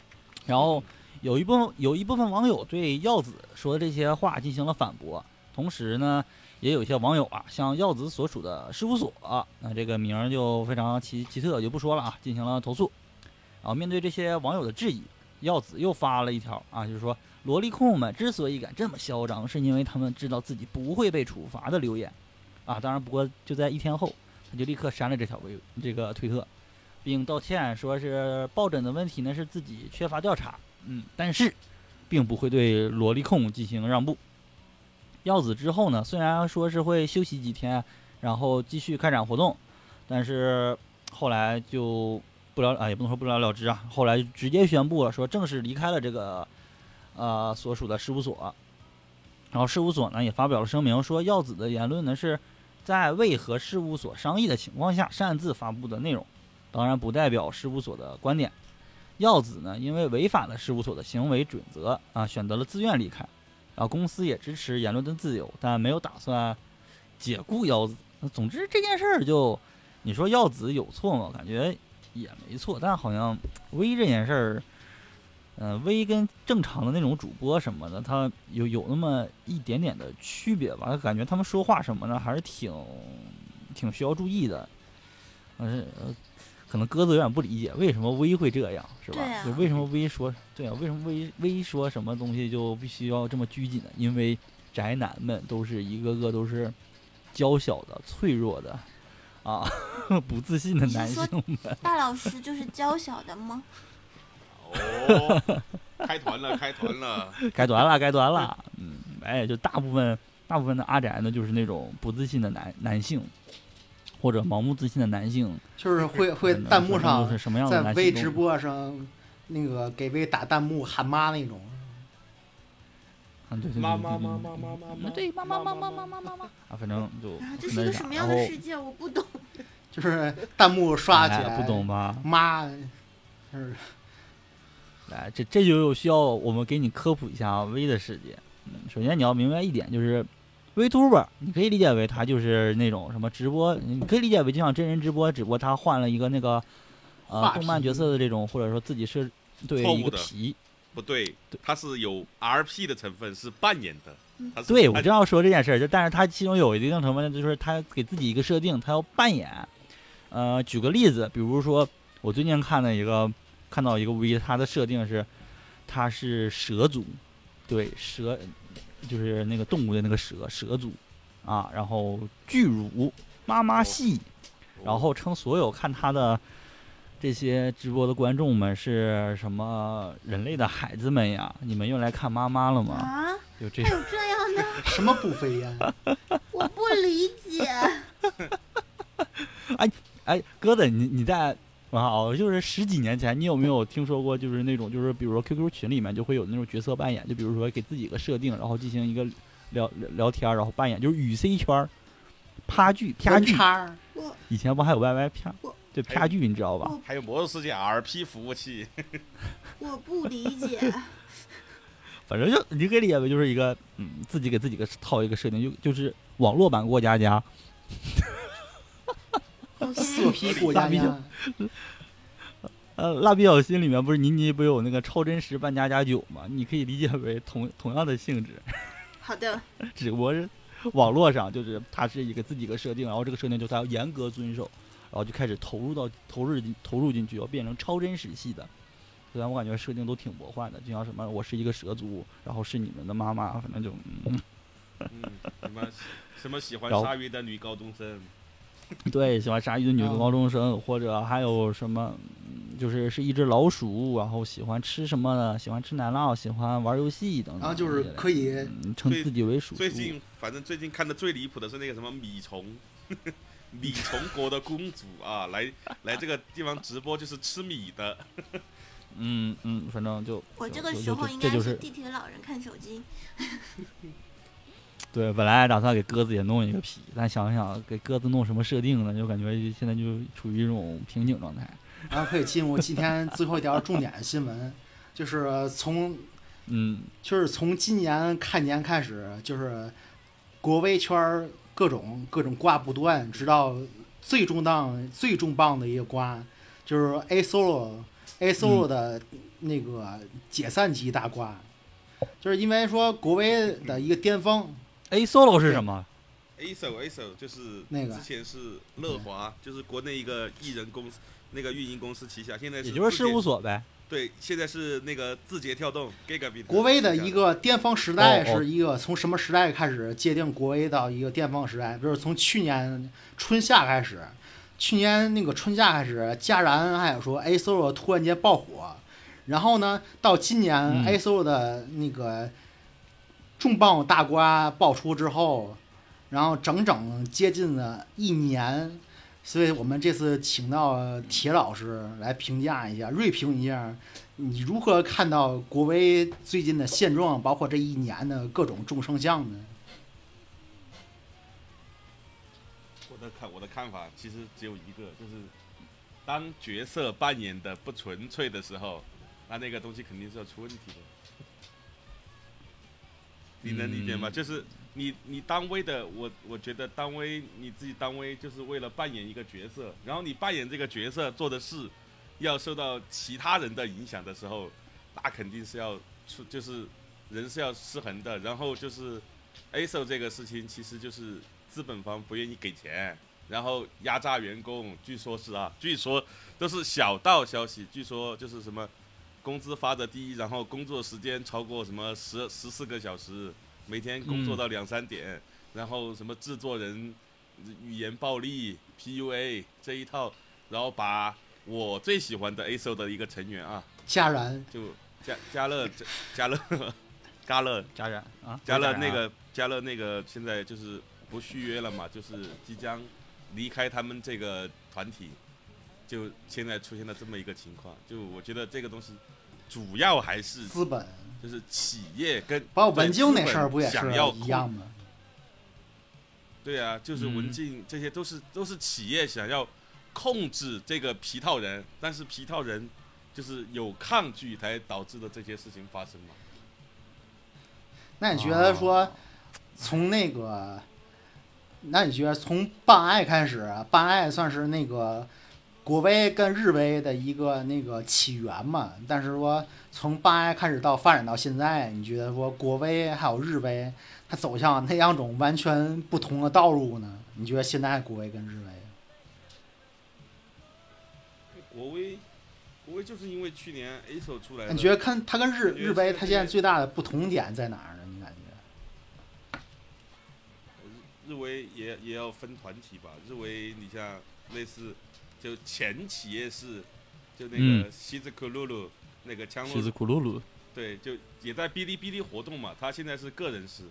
Speaker 5: 然后有一部分有一部分网友对耀子说的这些话进行了反驳，同时呢，也有一些网友啊，向耀子所属的事务所，啊那这个名儿就非常奇奇特，就不说了啊，进行了投诉。然后面对这些网友的质疑，耀子又发了一条啊，就是说萝莉控们之所以敢这么嚣张，是因为他们知道自己不会被处罚的留言啊。当然，不过就在一天后，他就立刻删了这条微这个推特，并道歉说是抱枕的问题呢是自己缺乏调查，嗯，但是并不会对萝莉控进行让步。耀子之后呢，虽然说是会休息几天，然后继续开展活动，但是后来就不了啊，也不能说不了了之啊，后来就直接宣布了说正式离开了这个呃所属的事务所。然后事务所呢也发表了声明说，耀子的言论呢是在未和事务所商议的情况下擅自发布的内容。当然不代表事务所的观点。耀子呢，因为违反了事务所的行为准则啊，选择了自愿离开。啊，公司也支持言论的自由，但没有打算解雇耀子。那总之这件事儿就，你说耀子有错吗？感觉也没错，但好像微这件事儿，嗯、微跟正常的那种主播什么的，他有有那么一点点的区别吧。感觉他们说话什么的还是挺挺需要注意的。但是呃可能鸽子有点不理解为什么 V 会这样，是吧？
Speaker 3: 对啊
Speaker 5: 就为什么 V 说对啊？为什么 V V 说什么东西就必须要这么拘谨呢？因为宅男们都是一个个都是娇小的、脆弱的啊， 不自信的
Speaker 3: 你是
Speaker 5: 男性
Speaker 3: 说。大老师就是娇小的吗？
Speaker 4: 哦，开团 了，开团了，
Speaker 5: 该团了，该团了。嗯，哎，就大部分大部分的阿宅呢，就是那种不自信的男男性，或者盲目自信的男性。
Speaker 1: 就是会会
Speaker 5: 可能
Speaker 1: 弹幕
Speaker 5: 反正
Speaker 1: 上
Speaker 5: 就是什么样的
Speaker 1: 在
Speaker 5: 男性
Speaker 1: 微
Speaker 5: 嗯都
Speaker 1: 直播上那个给微打弹幕喊妈那种，
Speaker 5: 啊，对对对，
Speaker 4: 妈
Speaker 5: 对
Speaker 4: 妈妈
Speaker 5: 对对
Speaker 4: 妈妈妈妈，
Speaker 5: 对妈妈
Speaker 4: 妈
Speaker 5: 妈
Speaker 4: 妈
Speaker 5: 妈妈
Speaker 4: 妈
Speaker 5: 妈妈妈啊，反正就
Speaker 3: 啊，这
Speaker 5: 很
Speaker 3: 是一
Speaker 5: 那
Speaker 3: 个
Speaker 5: 啥
Speaker 3: 什么样
Speaker 5: 然
Speaker 3: 的
Speaker 5: 后
Speaker 3: 世界？我不懂。
Speaker 1: 就是弹幕刷起
Speaker 5: 哎
Speaker 1: 来，
Speaker 5: 不懂吧？
Speaker 1: 妈，就是
Speaker 5: 来，哎这这就有需要我们给你科普一下啊 V 的世界。嗯，首先你要明白一点，就是 VTuber，你可以理解为他就是那种什么直播，你可以理解为就像真人直播，只不过他换了一个那个呃
Speaker 1: 画
Speaker 5: 动漫
Speaker 1: 皮
Speaker 5: 角色的这种，或者说自己是对
Speaker 4: 错误
Speaker 5: 一个
Speaker 4: 的
Speaker 5: 皮。
Speaker 4: 不对，它是有 RP 的成分，是扮演的
Speaker 3: 嗯。
Speaker 4: 它是
Speaker 5: 对，我
Speaker 4: 扮
Speaker 5: 正要说这件事儿，就但是他其中有一定成分，就是他给自己一个设定，他要扮演。呃，举个例子，比如说我最近看的一个，看到一个 V，他的设定是他是蛇族，对，蛇就是那个动物的那个蛇，蛇族啊，然后巨乳妈妈系，
Speaker 4: 哦
Speaker 5: 然后称所有看他的这些直播的观众们是什么人类的孩子们呀？你们又来看妈妈了吗？
Speaker 3: 啊，
Speaker 5: 就这
Speaker 3: 还有这样的，
Speaker 1: 什么不飞呀？
Speaker 3: 我不理解。
Speaker 5: 哎，鸽子，你你在啊？哦，就是十几年前，你有没有听说过，就是那种，就是比如说 QQ 群里面就会有那种角色扮演，就比如说给自己一个设定，然后进行一个聊聊聊天儿，然后扮演就是语 C 圈儿、啪剧、啪
Speaker 1: 分
Speaker 5: 剧，
Speaker 1: 叉儿，
Speaker 5: 以前不还有 YY 啪
Speaker 3: 我，
Speaker 5: 对啪剧，你知道吧？
Speaker 4: 哦还有魔兽世界 RP 服务器，
Speaker 3: 我不理解。
Speaker 5: 反正就你可以理解为就是一个嗯，自己给自己个套一个设定，就就是网络版过家家，
Speaker 1: 色
Speaker 3: OK，
Speaker 1: 批过家
Speaker 5: 蜡笔
Speaker 1: 家
Speaker 5: 小，呃，蜡笔小新里面不是倪妮不是有那个超真实扮家家酒吗？你可以理解为同同样的性质。
Speaker 3: 好的，
Speaker 5: 只不过是网络上就是它是一个自己一个设定，然后这个设定就是它要严格遵守，然后就开始投入到投入进投入进去，要变成超真实系的。虽然我感觉设定都挺魔幻的，就像什么我是一个蛇族，然后是你们的妈妈，反正就嗯，
Speaker 4: 嗯，什么什么喜欢
Speaker 5: 然后
Speaker 4: 鲨鱼的女高中生，
Speaker 5: 对，喜欢鲨鱼的女高中生，或者还有什么，嗯就是是一只老鼠，然后喜欢吃什么的，喜欢吃奶酪，喜欢玩游戏等等之类的，
Speaker 1: 然后就是可以
Speaker 5: 嗯称
Speaker 4: 最
Speaker 5: 自己为鼠
Speaker 4: 最
Speaker 5: 族
Speaker 4: 近反正最近看的最离谱的是那个什么米虫， 米虫国的公主啊，来来这个地方直播就是吃米的，
Speaker 5: 嗯嗯，反正就
Speaker 3: 我
Speaker 5: 就
Speaker 3: 这个
Speaker 5: 就
Speaker 3: 时
Speaker 5: 就
Speaker 3: 候
Speaker 5: 就
Speaker 3: 应
Speaker 5: 这
Speaker 3: 该
Speaker 5: 就是是
Speaker 3: 地铁老人看手机。
Speaker 5: 对，本来打算给鸽子也弄一个皮，但想想给鸽子弄什么设定呢，就感觉现在就处于一种瓶颈状态。
Speaker 1: 然后可以进入今天最后一条重点新闻，就是从
Speaker 5: 嗯，
Speaker 1: 就是从今年开年开始，就是国威圈儿各种各种瓜不断，直到最重当最重磅的一个瓜，就是 A Solo A
Speaker 5: 嗯
Speaker 1: Solo 的那个解散级大瓜，就是因为说国威的一个巅峰，
Speaker 5: a 哎 solo 是什么？
Speaker 4: A 手 A 手就是
Speaker 1: 那个
Speaker 4: 之前是乐华，就是国内一个艺人公司那个运营公司旗下，现在
Speaker 5: 也
Speaker 4: 是
Speaker 5: 就是事务
Speaker 4: 字节
Speaker 5: 所呗。
Speaker 4: 对，现在是那个字节跳动 Gigabit
Speaker 1: 国威的一个巅峰时
Speaker 5: 哦
Speaker 1: 代
Speaker 5: 哦
Speaker 1: 是一个从什么时代开始界定国威到一个巅峰时代？比如从去年春夏开始，去年那个春夏开始，佳然还有说 A Solo 突然间爆火，然后呢，到今年
Speaker 5: 嗯
Speaker 1: A Solo 的那个重磅大瓜爆出之后，然后整整接近了一年，所以我们这次请到铁老师来评价一下，锐评一下，你如何看到国威最近的现状，包括这一年的各种众生相呢？
Speaker 4: 我的看我的看法其实只有一个，就是当角色扮演的不纯粹的时候，那那个东西肯定是要出问题的。你能理解吗？
Speaker 5: 嗯
Speaker 4: 就是你你当威的，我我觉得当威你自己当威就是为了扮演一个角色，然后你扮演这个角色做的事，要受到其他人的影响的时候，那肯定是要出就是人是要失衡的。然后就是 ASO 这个事情，其实就是资本方不愿意给钱，然后压榨员工，据说是啊，据说都是小道消息，据说就是什么工资发的低，然后工作时间超过什么十十四个小时，每天工作
Speaker 5: 嗯
Speaker 4: 到两三点，然后什么制作人语言暴力、PUA 这一套，然后把我最喜欢的 ASO 的一个成员啊，
Speaker 1: 戛然，
Speaker 4: 就加加勒加加勒 加勒
Speaker 5: 家人啊，
Speaker 4: 加勒
Speaker 5: 家人啊
Speaker 4: 那个加勒那个现在就是不续约了嘛，就是即将离开他们这个团体，就现在出现了这么一个情况。就我觉得这个东西主要还是
Speaker 1: 资本，
Speaker 4: 就是企业跟
Speaker 1: 包括文京那事儿
Speaker 4: 对
Speaker 1: 不也是
Speaker 4: 想要
Speaker 1: 一样吗？
Speaker 4: 对啊，就是文静，这些都是都是企业想要控制这个皮套人，但是皮套人就是有抗拒才导致的这些事情发生嘛。
Speaker 1: 那你觉得说
Speaker 5: 哦，
Speaker 1: 从那个，那你觉得从办爱开始，办爱算是那个国威跟日威的一个那个起源嘛？但是说从办爱开始到发展到现在，你觉得说国威还有日威，它走向那两种完全不同的道路呢？你觉得现在国威跟日威？
Speaker 4: 国威，国威就是因为去年 A 手出来了，
Speaker 1: 你觉得看它跟日
Speaker 4: 呃我觉得
Speaker 1: 日威，
Speaker 4: 是
Speaker 1: 它现在最大的不同点在哪儿呢？你感觉？
Speaker 4: 日维也也要分团体吧？日维你像类似就前企业是就那个
Speaker 5: 嗯
Speaker 4: 西子库露露那个枪
Speaker 5: 狮
Speaker 4: 露
Speaker 5: 子库鲁鲁，
Speaker 4: 对，就也在哔哩哔哩活动嘛。他现在是个人师，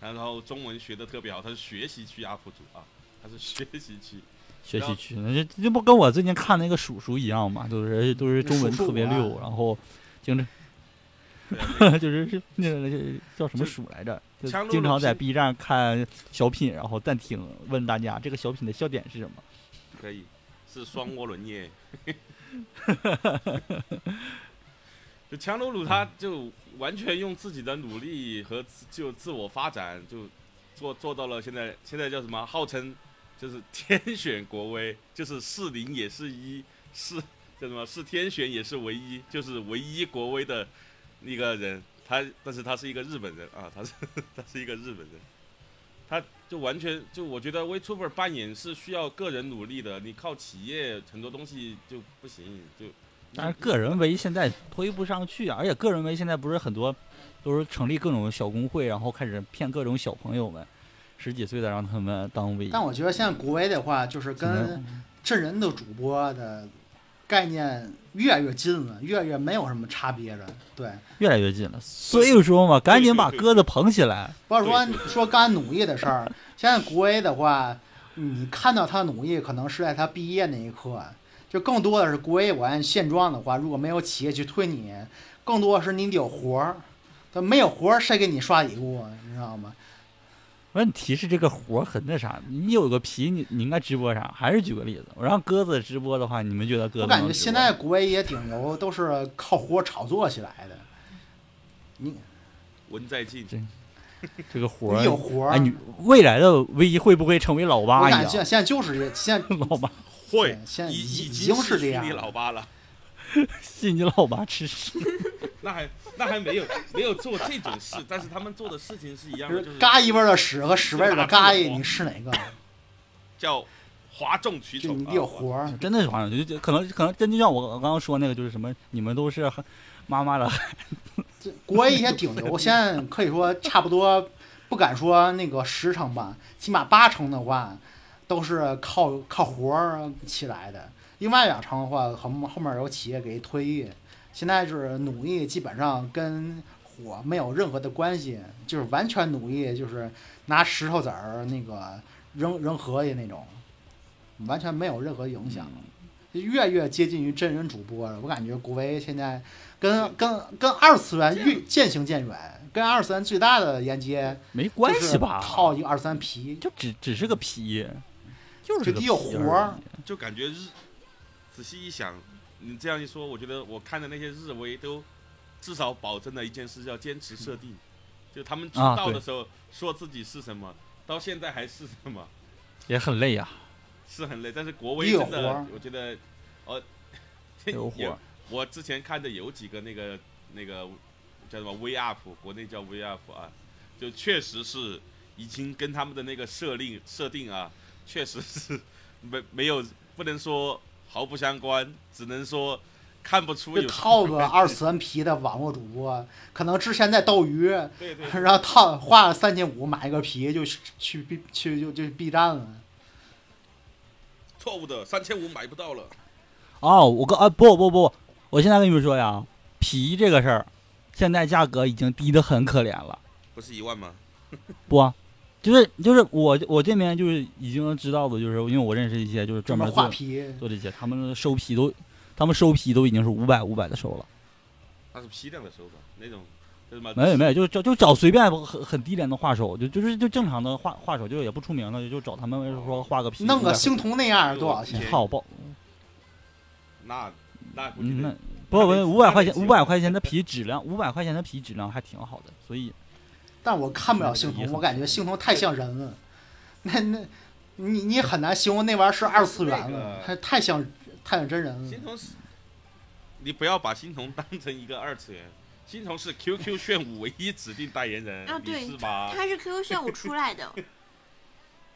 Speaker 4: 然后中文学的特别好，他是学习区 UP 主啊，他是学习区。
Speaker 5: 学
Speaker 4: 然后
Speaker 5: 习区，那这这不跟我最近看那个鼠叔一样嘛？都是都是
Speaker 1: 那
Speaker 5: 中文
Speaker 1: 鼠鼠
Speaker 5: 特别
Speaker 1: 啊
Speaker 5: 溜，然后经
Speaker 4: 对啊
Speaker 5: 常 就是是那个那个叫什
Speaker 4: 就
Speaker 5: 么鼠来着？就
Speaker 4: 强撸
Speaker 5: 经
Speaker 4: 撸
Speaker 5: 常在
Speaker 4: 拼
Speaker 5: B 站看小品，然后暂停问大家这个小品的笑点是什么？
Speaker 4: 可以，是双涡轮耶。就强鲁鲁，他就完全用自己的努力和自就自我发展，就做做到了现在现在叫什么？号称就是天选国威，就是是零也是一，是叫什么？是天选也是唯一，就是唯一国威的一个人。他但是他是一个日本人啊，他是 他是一个日本人。他就完全就我觉得 VTuber 扮演是需要个人努力的，你靠企业很多东西就不行，就
Speaker 5: 但是个人为现在推不上去啊，而且个人为现在不是很多都是成立各种小工会，然后开始骗各种小朋友们，十几岁的让他们当为。
Speaker 1: 但我觉得现在国威的话，就是跟真人的主播的概念越来越近了，越来越没有什么差别了。对，
Speaker 5: 越来越近了，所以说嘛，赶紧把
Speaker 4: 对
Speaker 5: 鸽子捧起来。
Speaker 1: 不是说说刚才努力的事儿，现在国威的话，你看到他努力，可能是在他毕业那一刻，就更多的是国威。我按现状的话，如果没有企业去推你，更多的是你得有活儿，他没有活儿，谁给你刷礼物啊，你知道吗？
Speaker 5: 问题是这个活儿很那啥，你有个皮，你你应该直播啥？还是举个例子，我让鸽子直播的话，你们觉得鸽子
Speaker 1: 我
Speaker 5: 能
Speaker 1: 感觉
Speaker 5: 直
Speaker 1: 现
Speaker 5: 播
Speaker 1: 在国威也顶流，都是靠活炒作起来的。你
Speaker 4: 文在进
Speaker 5: 这这个活
Speaker 1: 你
Speaker 5: 儿
Speaker 1: 有活儿，
Speaker 5: 哎，你未来的唯一会不会成为老
Speaker 1: 我
Speaker 5: 八一
Speaker 1: 感觉现在
Speaker 5: 样？
Speaker 1: 现在就是现在
Speaker 5: 老八
Speaker 4: 会
Speaker 1: 现在
Speaker 4: 已
Speaker 1: 已经
Speaker 4: 经
Speaker 1: 是这
Speaker 4: 虚
Speaker 1: 样
Speaker 4: 拟
Speaker 1: 了
Speaker 4: 老八了，
Speaker 5: 信你老八吃屎，
Speaker 4: 那还那还没有没有做这种事，但是他们做的事情是一样的，就是
Speaker 1: 嘎一味儿的屎和屎味儿的嘎一，
Speaker 4: 是吧
Speaker 1: 你是哪个？
Speaker 4: 叫哗众取
Speaker 1: 就
Speaker 4: 宠
Speaker 1: 你得
Speaker 4: 啊，
Speaker 1: 有活儿。
Speaker 5: 真的是好像就就可能可能真就像我刚刚说那个，就是什么你们都是妈妈的，
Speaker 1: 这国外一些顶流，现在可以说差不多，不敢说那个十成吧，起码八成的话都是靠靠活儿起来的，另外两成的话，后面后面有企业给推，现在就是努力基本上跟火没有任何的关系，就是完全努力就是拿石头子儿那个扔扔河里那种，完全没有任何影响。越来越接近于真人主播了，我感觉国威现在
Speaker 4: 嗯
Speaker 1: 跟跟跟二次元越渐行渐远，跟二次元最大的连接
Speaker 5: 没
Speaker 1: 就
Speaker 5: 关系
Speaker 1: 是
Speaker 5: 吧？
Speaker 1: 套一个二次元皮，
Speaker 5: 就只只是个皮，就是
Speaker 1: 就
Speaker 5: 个
Speaker 1: 得有
Speaker 5: 皮
Speaker 1: 活儿
Speaker 5: 而已。
Speaker 4: 就感觉日，仔细一想，你这样一说，我觉得我看的那些日威都至少保证了一件事，叫坚持设定。就他们出
Speaker 5: 啊
Speaker 4: 道
Speaker 5: 对
Speaker 4: 的时候说自己是什么，到现在还是什么，
Speaker 5: 也很累啊呀、
Speaker 4: 是很累。但是国威
Speaker 1: 也有
Speaker 4: 真
Speaker 1: 活儿
Speaker 4: 的，我觉得，呃，
Speaker 5: 有活儿。
Speaker 4: 我之前看的有几个那个那个叫什么 V up，国内叫 V up 啊，就确实是已经跟他们的那个设定设定啊，确实是没没有不能说毫不相关，只能说看不出
Speaker 1: 就
Speaker 4: 有
Speaker 1: 套 个二次元皮的网络主播，可能之前在斗鱼，
Speaker 4: 对对
Speaker 1: 然后套花了三千五买一个皮就去去 B 去就就 B 站了。
Speaker 4: 错误的三千五买不到了，
Speaker 5: 啊哦，我刚啊不不不，我现在跟你们说呀，皮这个事儿，现在价格已经低得很可怜了。
Speaker 4: 不是一万吗？
Speaker 5: 不，就是就是我我这边就是已经知道的，就是因为我认识一些就是
Speaker 1: 专
Speaker 5: 专门
Speaker 1: 门
Speaker 5: 做
Speaker 1: 画皮，
Speaker 5: 做这些，他们收皮都，他们收皮都已经是五百五百的收了。
Speaker 4: 那是批量的收吧，那种叫什么？
Speaker 5: 没有没有，就找就找随便很很低廉的画手，就就是就正常的画画手，就是也不出名的，就找他们说画个皮，
Speaker 1: 弄个
Speaker 5: 500
Speaker 1: 星童那样多少钱？
Speaker 5: 好爆，
Speaker 4: 那那估计
Speaker 5: 嗯，
Speaker 4: 得
Speaker 5: 那不不
Speaker 4: 那得
Speaker 5: 五百块
Speaker 4: 那
Speaker 5: 钱
Speaker 4: 得
Speaker 5: 五百块钱的皮质量，五百块钱的皮质量还挺好的，所以
Speaker 1: 但我看不了星童，我感觉星童太像人了。那那，你你很难形容那玩意儿是二次元了，还太像太像真人了
Speaker 4: 新。童是，你不要把新童当成一个二次元，新童是 QQ 炫舞唯一指定代言人，
Speaker 3: 啊对
Speaker 4: 你是吧？
Speaker 3: 他是 QQ 炫舞出来的，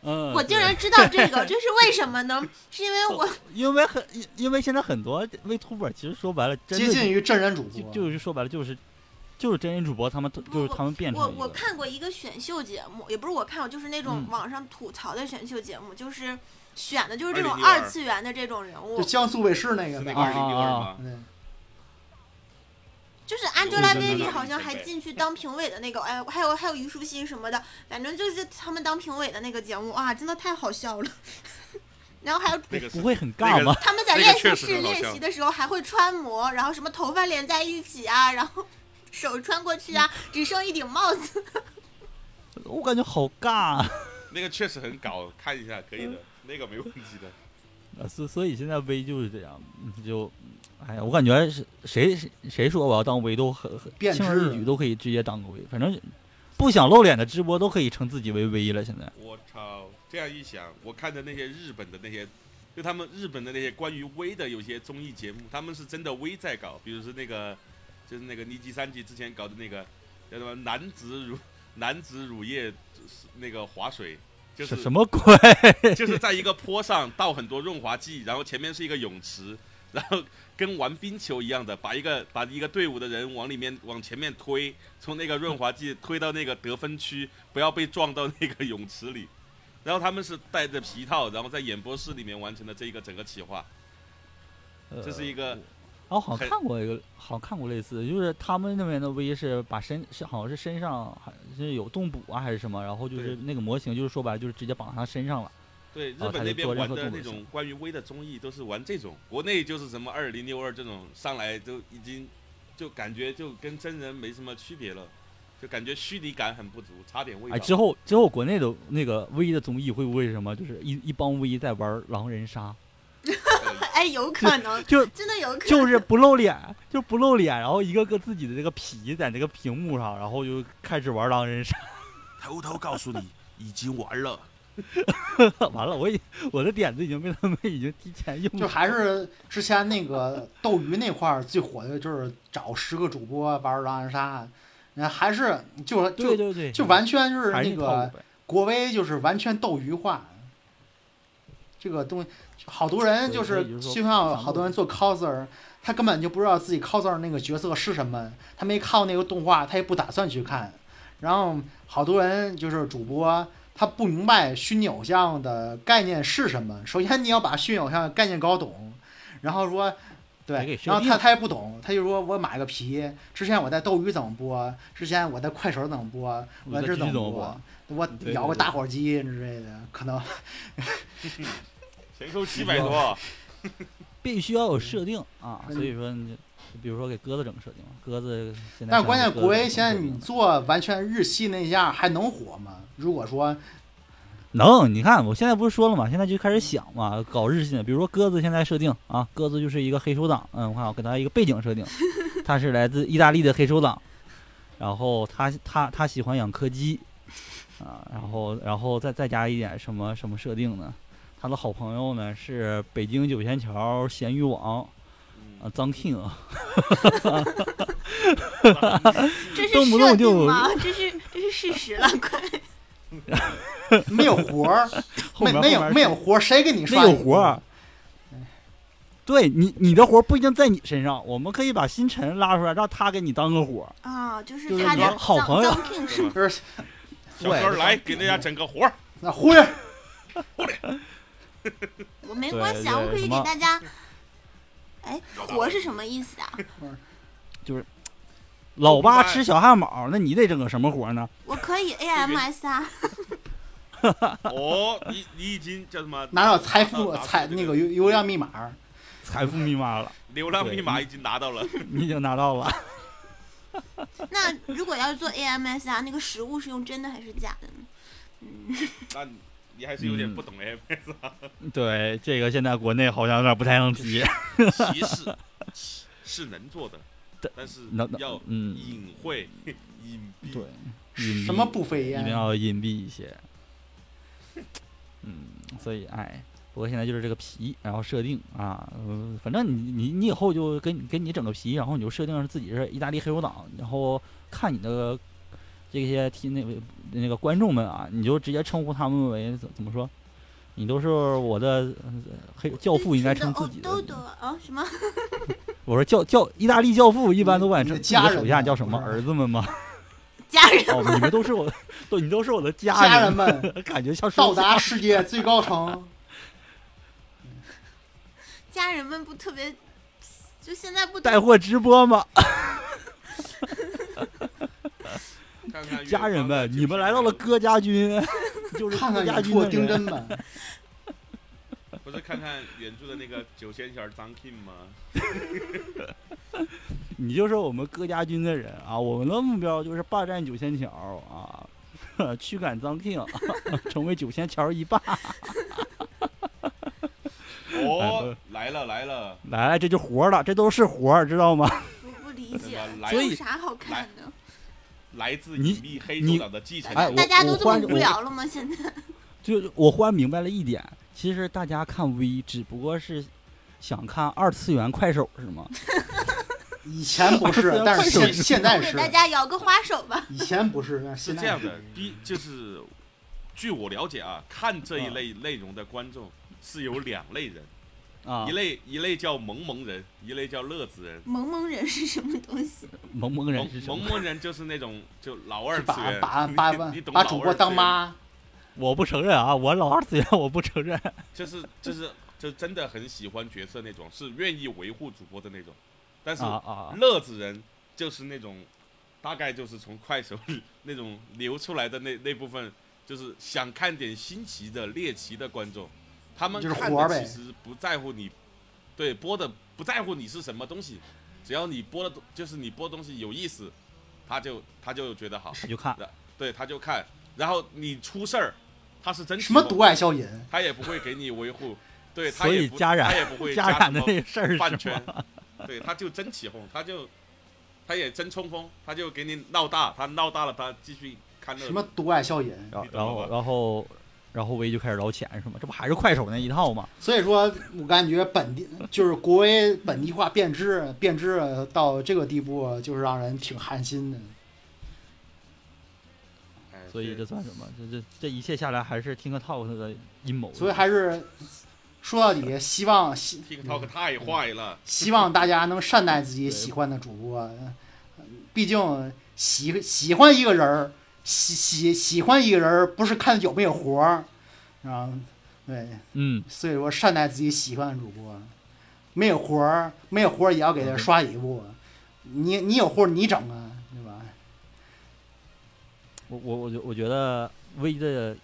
Speaker 5: 嗯，
Speaker 3: 我竟然知道这个，这是为什么呢？是因为我
Speaker 5: 因为很因因为现在很多 Vtuber 其实说白了，真
Speaker 1: 接
Speaker 5: 的
Speaker 1: 近于真人主
Speaker 5: 就
Speaker 1: 播，
Speaker 5: 就是说白了就是就是真人主播，他们都就是他们变成
Speaker 3: 我
Speaker 5: 一
Speaker 3: 我
Speaker 5: 个
Speaker 3: 看过一个选秀节目，也不是我看过，就是那种
Speaker 5: 嗯
Speaker 3: 网上吐槽的选秀节目，就是选的就是这种
Speaker 4: 2062
Speaker 3: 二次元的这种人物
Speaker 5: 哦
Speaker 1: 就，江苏卫视那个
Speaker 4: 是
Speaker 1: 那
Speaker 4: 那个
Speaker 1: 个
Speaker 4: 二
Speaker 1: 儿
Speaker 4: 零六二
Speaker 5: 啊啊
Speaker 4: 吗？
Speaker 1: 嗯
Speaker 3: 就是
Speaker 4: 对对对
Speaker 3: Angelababy
Speaker 4: 对
Speaker 3: 好像
Speaker 4: 对
Speaker 3: 还
Speaker 4: 对
Speaker 3: 进去当评委的那个，哎，还有还有虞书欣什么的，反正就是他们当评委的那个节目啊，真的太好笑了。然后还有
Speaker 4: 那个
Speaker 5: 不
Speaker 4: 是
Speaker 5: 会很尬吗？
Speaker 3: 他们在
Speaker 4: 那个
Speaker 3: 练
Speaker 4: 确实
Speaker 3: 习室
Speaker 4: 很好
Speaker 3: 练
Speaker 4: 笑
Speaker 3: 习的时候还会穿模，然后什么头发连在一起啊，然后手穿过去
Speaker 5: 嗯
Speaker 3: 啊，只剩一顶帽子。
Speaker 5: 我感觉好尬、啊。
Speaker 4: 那个确实很搞，看一下可
Speaker 3: 嗯
Speaker 4: 以的，那个没问题的。
Speaker 5: 呃，所所以现在 V 就是这样，嗯就，哎呀，我感觉是谁谁谁说我要当 V 都很很
Speaker 1: 变
Speaker 5: 轻
Speaker 1: 质
Speaker 5: 而易举都可以直接当个 V，反正不想露脸的直播都可以称自己为 V 了。现在
Speaker 4: 我操！这样一想，我看的那些日本的那些，就他们日本的那些关于微的有些综艺节目，他们是真的微在搞，比如说那个，就是那个尼基三级之前搞的那个叫什么男子乳男子乳液那个划水，就是是
Speaker 5: 什么鬼？
Speaker 4: 就是在一个坡上倒很多润滑剂，然后前面是一个泳池， 然后跟玩冰球一样的，把一个把一个队伍的人往里面往前面推，从那个润滑剂推到那个得分区，不要被撞到那个泳池里。然后他们是戴着皮套，然后在演播室里面完成的这一个整个企划。 这是一个
Speaker 5: 呃，哦，好像
Speaker 4: 很
Speaker 5: 看过一个，好像看过类似的，就是他们那边的 V 是把身是好像是身上还是有动捕啊还是什么，然后就是那个模型就是说白了就是直接绑他身上了。
Speaker 4: 对，日
Speaker 5: 哦他
Speaker 4: 本
Speaker 5: 就
Speaker 4: 那边
Speaker 5: 做任
Speaker 4: 玩
Speaker 5: 何
Speaker 4: 的
Speaker 5: 动作
Speaker 4: 那种关于微的综艺都是玩这种，国内就是什么二零六二这种，上来就已经就感觉就跟真人没什么区别了，就感觉虚拟感很不足，差点味道。
Speaker 5: 哎，之后之后国内的那个 V 的综艺会不会什么就是一一帮 V 在玩狼人杀，
Speaker 3: 哎，有可能，
Speaker 5: 就是
Speaker 3: 真的 有可能。
Speaker 5: 就是不露脸，就不露脸，然后一个个自己的这个皮在那个屏幕上，然后就开始玩狼人杀。
Speaker 4: 偷偷告 诉你，已经玩了。
Speaker 5: 完了，我已我的点子已经被他们已经提前用
Speaker 1: 就
Speaker 5: 了。
Speaker 1: 还是之前那个斗鱼那块儿最火的就是找十个主播玩狼人杀，然后还是就
Speaker 5: 对
Speaker 1: 就
Speaker 5: 对对，
Speaker 1: 就完全就是
Speaker 5: 还是
Speaker 1: 那
Speaker 5: 套路
Speaker 1: 个
Speaker 5: 呗
Speaker 1: 国威就是完全斗鱼化，这个东西好多人就
Speaker 5: 对
Speaker 1: 是
Speaker 5: 就是说
Speaker 1: 就像好多人做 coser，他根本就不知道自己 coser 那个角色是什么，他没看过那个动画，他也不打算去看。然后好多人就是主播，他不明白虚拟偶像的概念是什么。首先你要把虚拟偶像的概念搞懂，然后说。
Speaker 5: 得给
Speaker 1: 对，
Speaker 5: 设
Speaker 1: 然后
Speaker 5: 定
Speaker 1: 他他也不懂，他就说我买个皮，之前我在斗鱼怎么播，之前我在快手怎么播，我
Speaker 5: 在
Speaker 1: 在这
Speaker 5: 继续
Speaker 1: 怎
Speaker 5: 怎么
Speaker 1: 么播
Speaker 5: 播，
Speaker 1: 我
Speaker 5: 对对
Speaker 1: 咬个
Speaker 5: 对
Speaker 1: 打火机之类的，可能
Speaker 4: 全扣七百多，啊
Speaker 5: 必须要有设定啊，
Speaker 1: 嗯
Speaker 5: 所以说你就。就比如说给鸽子整个设定嘛，鸽子现在。
Speaker 1: 但是关键国威现在你做完全日系那样还能火吗？如果说
Speaker 5: 能，你看我现在不是说了嘛，现在就开始想嘛，搞日系的，比如说鸽子现在设定啊，鸽子就是一个黑手党，嗯，我看我给他一个背景设定，他是来自意大利的黑手党，然后他他他喜欢养柯基，啊，然后然后再再加一点什么什么设定呢？他的好朋友呢是北京九仙桥咸鱼王啊
Speaker 4: 嗯，
Speaker 5: 张 king，
Speaker 3: 这是
Speaker 5: 动不
Speaker 3: 设
Speaker 5: 动
Speaker 3: 定
Speaker 5: 就
Speaker 3: 吗？这是这是事实了，快！
Speaker 1: 没有活儿，
Speaker 5: 后
Speaker 1: 没
Speaker 5: 面
Speaker 1: 没
Speaker 5: 后
Speaker 1: 有
Speaker 5: 面
Speaker 1: 没有活儿，谁给你
Speaker 5: 没
Speaker 1: 刷
Speaker 5: 有
Speaker 1: 礼
Speaker 5: 活儿
Speaker 1: 物。
Speaker 5: 对你，你的活儿不一定在你身上，我们可以把星辰拉出来，让他给你当个活儿。
Speaker 3: 啊，就是
Speaker 5: 就是
Speaker 3: 他
Speaker 5: 你
Speaker 3: 的
Speaker 5: 好朋 友
Speaker 3: King 是
Speaker 1: 不是，
Speaker 4: 小哥来给大家整个活儿，
Speaker 1: 那忽悠
Speaker 3: 我没
Speaker 5: 对
Speaker 3: 关系啊，
Speaker 5: 对
Speaker 3: 我可以给
Speaker 5: 什么
Speaker 3: 大家。哎，活是什么意思啊？
Speaker 5: 就是老八
Speaker 4: 不
Speaker 5: 吃小汉堡，那你得整个什么活呢？
Speaker 3: 我可以 AMS 啊，
Speaker 4: 哦，你你已经叫什么？
Speaker 1: 拿到财富
Speaker 4: 拿到
Speaker 1: 财
Speaker 4: 这
Speaker 1: 那个流流量密码，
Speaker 5: 财富密码了，
Speaker 4: 流浪密码已经拿到了，
Speaker 5: 你已经拿到了。
Speaker 3: 那如果要是做 AMS 啊，那个食物是用真的还是假的呢？嗯，
Speaker 4: 那你你还是有点不懂哎 M
Speaker 5: 对，这个现在国内好像有点不太能提。
Speaker 4: 歧 视，歧是能做的，但是
Speaker 5: 能
Speaker 4: 要
Speaker 5: 嗯，
Speaker 4: 隐晦、 隐蔽。
Speaker 5: 对，隐蔽
Speaker 1: 什么不飞
Speaker 5: 一定
Speaker 1: 烟？
Speaker 5: 要隐蔽一些。嗯，所以哎，不过现在就是这个皮，然后设定啊，呃反正你你你以后就跟你跟你整个皮，然后你就设定是自己是意大利黑手党，然后看你的这些听那位那个观众们啊，你就直接称呼他们为怎怎么说？你都是我的呃黑教父，应该称自己的。
Speaker 3: 豆豆啊什么？
Speaker 5: 我说教教意大利教父一般都管
Speaker 1: 你
Speaker 5: 称
Speaker 1: 的
Speaker 5: 自己的
Speaker 1: 家
Speaker 5: 手
Speaker 1: 人
Speaker 5: 下
Speaker 1: 呢
Speaker 5: 叫什么
Speaker 1: 不是
Speaker 5: 儿子 们吗？
Speaker 3: 家人
Speaker 5: 哦，你们都是我，都你都是我的
Speaker 1: 家
Speaker 5: 家
Speaker 1: 人 们
Speaker 5: 人，感觉像
Speaker 1: 到
Speaker 5: 说
Speaker 1: 达世界最高层，
Speaker 3: 家人们不特别，就现在不
Speaker 5: 带货直播吗？
Speaker 4: 看看远
Speaker 5: 家人
Speaker 4: 方的
Speaker 5: 们，
Speaker 4: 九
Speaker 5: 你
Speaker 4: 十
Speaker 5: 们来到了
Speaker 4: 迈
Speaker 5: 戈 家军，就是
Speaker 1: 看
Speaker 5: 戈
Speaker 1: 看
Speaker 5: 家
Speaker 1: 远
Speaker 5: 军
Speaker 1: 处
Speaker 5: 的
Speaker 1: 的丁
Speaker 5: 人
Speaker 1: 真们，
Speaker 4: 路，不是看看远处的那个九仙小儿张 King 吗？
Speaker 5: 你就是我们戈家军的人啊！我们的目标就是霸占九仙桥啊， 驱赶脏 king，成 为九仙桥一霸。哎
Speaker 4: 哦，来了来了，
Speaker 5: 来，这就活儿了，这都是活儿，知道吗？
Speaker 3: 不不理解
Speaker 4: 那，么来
Speaker 3: 这有啥好看的？
Speaker 4: 来自
Speaker 5: 你
Speaker 4: 隐秘黑
Speaker 5: 你
Speaker 4: 手党的继承
Speaker 5: 哎
Speaker 4: 者
Speaker 5: 我
Speaker 3: 大家都
Speaker 5: 我
Speaker 3: 这么
Speaker 5: 换
Speaker 3: 无聊了吗？现在
Speaker 5: 就我忽然明白了一点，其实大家看 V 只不过是想看二次元快手是吗？
Speaker 1: 以前不
Speaker 5: 快
Speaker 1: 是
Speaker 5: 手，
Speaker 1: 但是
Speaker 5: 快
Speaker 1: 现
Speaker 5: 手
Speaker 1: 现在
Speaker 3: 给
Speaker 1: 是，
Speaker 3: 大家摇个花手吧。
Speaker 1: 以前不是，但
Speaker 4: 是
Speaker 1: 现
Speaker 4: 这
Speaker 1: 在
Speaker 4: 样的，第一就是，据我了解啊，看这一
Speaker 5: 嗯
Speaker 4: 类内容的观众是有两类人，
Speaker 5: 啊
Speaker 4: 一，类一类叫萌萌人，一类叫乐子人。
Speaker 3: 萌萌人是什么东西？
Speaker 5: 萌萌人
Speaker 4: 萌
Speaker 5: 是什
Speaker 4: 萌
Speaker 5: 么？
Speaker 4: 萌人就是那种就老二
Speaker 1: 是
Speaker 4: 次
Speaker 1: 把
Speaker 4: 元，
Speaker 1: 把
Speaker 4: 你
Speaker 1: 把
Speaker 4: 你懂
Speaker 1: 把
Speaker 4: 老
Speaker 1: 主
Speaker 4: 二
Speaker 1: 播当
Speaker 4: 次元，
Speaker 1: 妈，
Speaker 5: 我不承认啊，我老二次元我不 承认。
Speaker 4: 啊就是就是就真的很喜欢角色那种，是愿意维护主播的那种。但是
Speaker 5: 啊啊啊！
Speaker 4: 乐子人就是那种，大概就是从快手那种流出来的那那部分，就是想看点新奇的、猎奇的观众，他们
Speaker 1: 就是
Speaker 4: 看
Speaker 1: 活儿
Speaker 4: 的
Speaker 1: 呗
Speaker 4: 其实不在乎你，对播的不在乎你是什么东西，只要你播的东，就是你播的东西有意思，他就他就觉得好，
Speaker 5: 你就看
Speaker 4: 对他就看，然后你出事儿，他是真
Speaker 1: 什么
Speaker 4: 情
Speaker 1: 独爱消饮，
Speaker 4: 他也不会给你维护，对他
Speaker 5: 啊所
Speaker 4: 也
Speaker 5: 以
Speaker 4: 不
Speaker 5: 家染
Speaker 4: 他也不会
Speaker 5: 家
Speaker 4: 加
Speaker 5: 染
Speaker 4: 什
Speaker 5: 的
Speaker 4: 么
Speaker 5: 那事儿
Speaker 4: 饭
Speaker 5: 是
Speaker 4: 圈
Speaker 5: 吗？，
Speaker 4: 对，他就真起哄，他就他也真冲锋，他就给你闹大，他闹大了，他继续看乐。
Speaker 1: 什么独爱消饮，
Speaker 5: 然后
Speaker 4: 你懂
Speaker 5: 然后
Speaker 4: 了吧
Speaker 5: 然后然后 V 就开始捞钱是吗？这不还是快手那一套吗？
Speaker 1: 所以说我感觉本地就是国威本地化变质，变质到这个地步，就是让人挺寒心的。
Speaker 4: 哎
Speaker 5: 所以
Speaker 4: 对
Speaker 5: 这算什么？这这这一切下来还是 TikTok 的阴谋。
Speaker 1: 所以还是说到底，希望希
Speaker 5: 嗯
Speaker 1: 嗯
Speaker 4: TikTok 太坏了，
Speaker 1: 希望大家能善待自己
Speaker 5: 对
Speaker 1: 喜欢的主播，嗯毕竟喜喜欢一个人儿，喜喜喜欢一个人儿不是看有没有活儿，啊，对，
Speaker 5: 嗯，
Speaker 1: 所以说善待自己喜欢的主播，没有活儿没有活儿也要给
Speaker 5: 嗯
Speaker 1: 他刷一波，你你有活儿你整啊，对吧？
Speaker 5: 我我我觉我觉得 V 的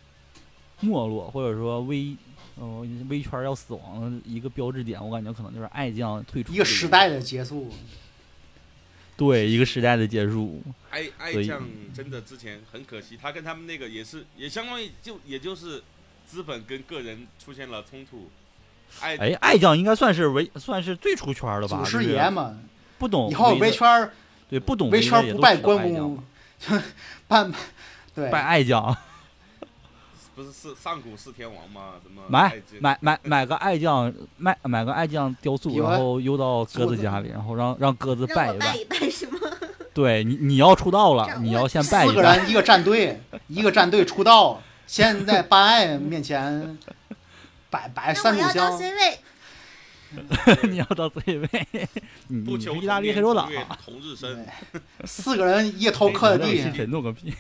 Speaker 5: 没落或者说 V 嗯、V 圈要死亡的一个标志点，我感觉可能就是爱酱退出
Speaker 1: 一个时代的结束，
Speaker 5: 对一个时代的结束。
Speaker 4: 爱哎爱
Speaker 5: 嗯所以
Speaker 4: 酱真的之前很可惜，他跟他们那个也是也相当于就也就是资本跟个人出现了冲突。爱
Speaker 5: 哎，爱酱应该算是唯算是最出圈的吧？
Speaker 1: 祖
Speaker 5: 对
Speaker 1: 师
Speaker 5: 不对
Speaker 1: 爷嘛，
Speaker 5: 不懂
Speaker 1: 以后
Speaker 5: 的
Speaker 1: 围圈儿
Speaker 5: 对不懂
Speaker 1: 围
Speaker 5: 的
Speaker 1: 圈儿
Speaker 5: 也
Speaker 1: 不
Speaker 5: 都
Speaker 1: 拜
Speaker 5: 知道
Speaker 1: 关
Speaker 5: 爱酱
Speaker 1: 公，办对
Speaker 5: 拜爱酱。
Speaker 4: 不是是上古四天王吗？怎么
Speaker 5: 买
Speaker 4: 爱 酱
Speaker 5: 买买买个爱酱，买买个爱酱雕塑，
Speaker 1: 比如
Speaker 5: 然后邮到鸽
Speaker 1: 塑
Speaker 5: 子
Speaker 1: 啊子
Speaker 5: 家里，然后让让鸽子
Speaker 3: 让
Speaker 5: 拜
Speaker 3: 我
Speaker 5: 一
Speaker 3: 拜
Speaker 5: 拜。
Speaker 3: 一拜是吗？
Speaker 5: 对你，你要出道了，
Speaker 3: 让
Speaker 5: 你
Speaker 3: 我
Speaker 5: 要先
Speaker 3: 去
Speaker 5: 拜
Speaker 1: 四
Speaker 5: 一
Speaker 1: 个
Speaker 5: 拜。
Speaker 1: 人一个战队，一个战队出道，现在办爱面前摆摆
Speaker 3: 那
Speaker 1: 哎三
Speaker 3: 我
Speaker 1: 炷
Speaker 3: 要
Speaker 1: 香，
Speaker 3: 当 C 位，
Speaker 5: 你要到最位，你
Speaker 4: 不
Speaker 5: 你是
Speaker 4: 求
Speaker 5: 嗯意大利黑手
Speaker 4: 同年
Speaker 5: 党啊
Speaker 4: 同，月同日生，
Speaker 1: 对四个人一头磕在
Speaker 5: 那哎你是
Speaker 1: 地，
Speaker 5: 谁弄个屁？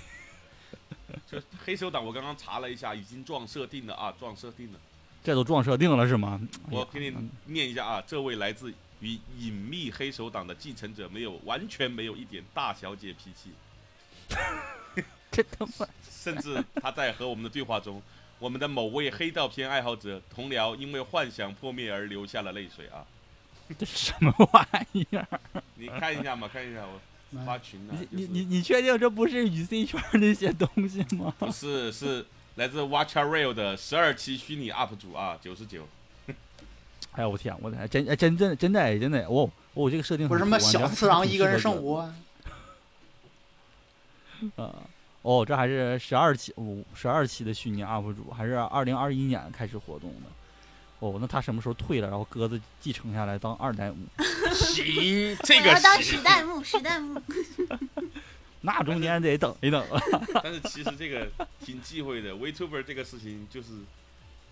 Speaker 4: 就黑手党，我刚刚查了一下，已经撞设定了啊，撞设定了。
Speaker 5: 这都撞设定了是吗？哎呀
Speaker 4: 我给你念一下啊，这位来自与隐秘黑手党的继承者没有完全没有一点大小姐脾气。
Speaker 5: 这他妈
Speaker 4: 甚至他在和我们的对话中，我们的某位黑道片爱好者同僚因为幻想破灭而流下了泪水啊！
Speaker 5: 这什么玩意儿？
Speaker 4: 你看一下嘛，看一下我发群呢、啊
Speaker 5: 你，
Speaker 4: 就
Speaker 5: 你
Speaker 4: 是
Speaker 5: 你你确定这不是与 C 圈那些东西吗？
Speaker 4: 不是是来自 Watcher Real 的十二期虚拟 UP 主啊，九十九，
Speaker 5: 哎呀，我天，我的还真哎真真真的哎真的哎哦哦，这个设定
Speaker 1: 不是什
Speaker 5: 很
Speaker 1: 么
Speaker 5: 酷啊
Speaker 1: 小次 郎一个人生活，
Speaker 5: 啊。哦，这还是十二期五十二期的虚拟 UP 主，还是二零二一年开始活动的。哦，那他什么时候退了，然后鸽子继承下来当二代目？
Speaker 4: 行，
Speaker 3: 我
Speaker 4: 这个
Speaker 3: 要当
Speaker 4: 行
Speaker 3: 时。代目，时代目。
Speaker 5: 那中间得等一等啊。
Speaker 4: 但是其实这个挺忌讳的，Vtuber 这个事情就是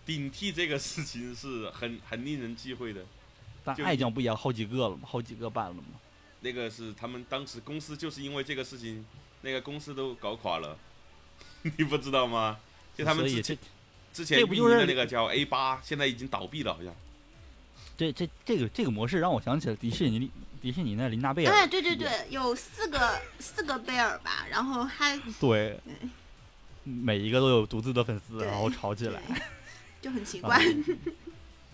Speaker 4: 顶替这个事情是很很令人忌讳的。
Speaker 5: 但
Speaker 4: 就
Speaker 5: 爱将不也好几个了吗？好几个办了吗？
Speaker 4: 那个是他们当时公司就是因为这个事情，那个公司都搞垮了， 你不知道吗？就他们
Speaker 5: 所
Speaker 4: 之前
Speaker 5: 以这
Speaker 4: 之前
Speaker 5: 这不
Speaker 4: 运营
Speaker 5: 就是
Speaker 4: 的那个叫 A 八，现在已经倒闭了，好像。
Speaker 5: 这这这个这个模式让我想起了迪士尼里迪士尼那琳娜贝
Speaker 3: 哎，
Speaker 5: 尔，
Speaker 3: 对对对，有四个四个贝尔吧，然后还
Speaker 5: 对，每一个都有独自的粉丝，
Speaker 3: 对
Speaker 5: 然后吵起来。
Speaker 3: 对 就很奇
Speaker 5: 啊
Speaker 3: 怪。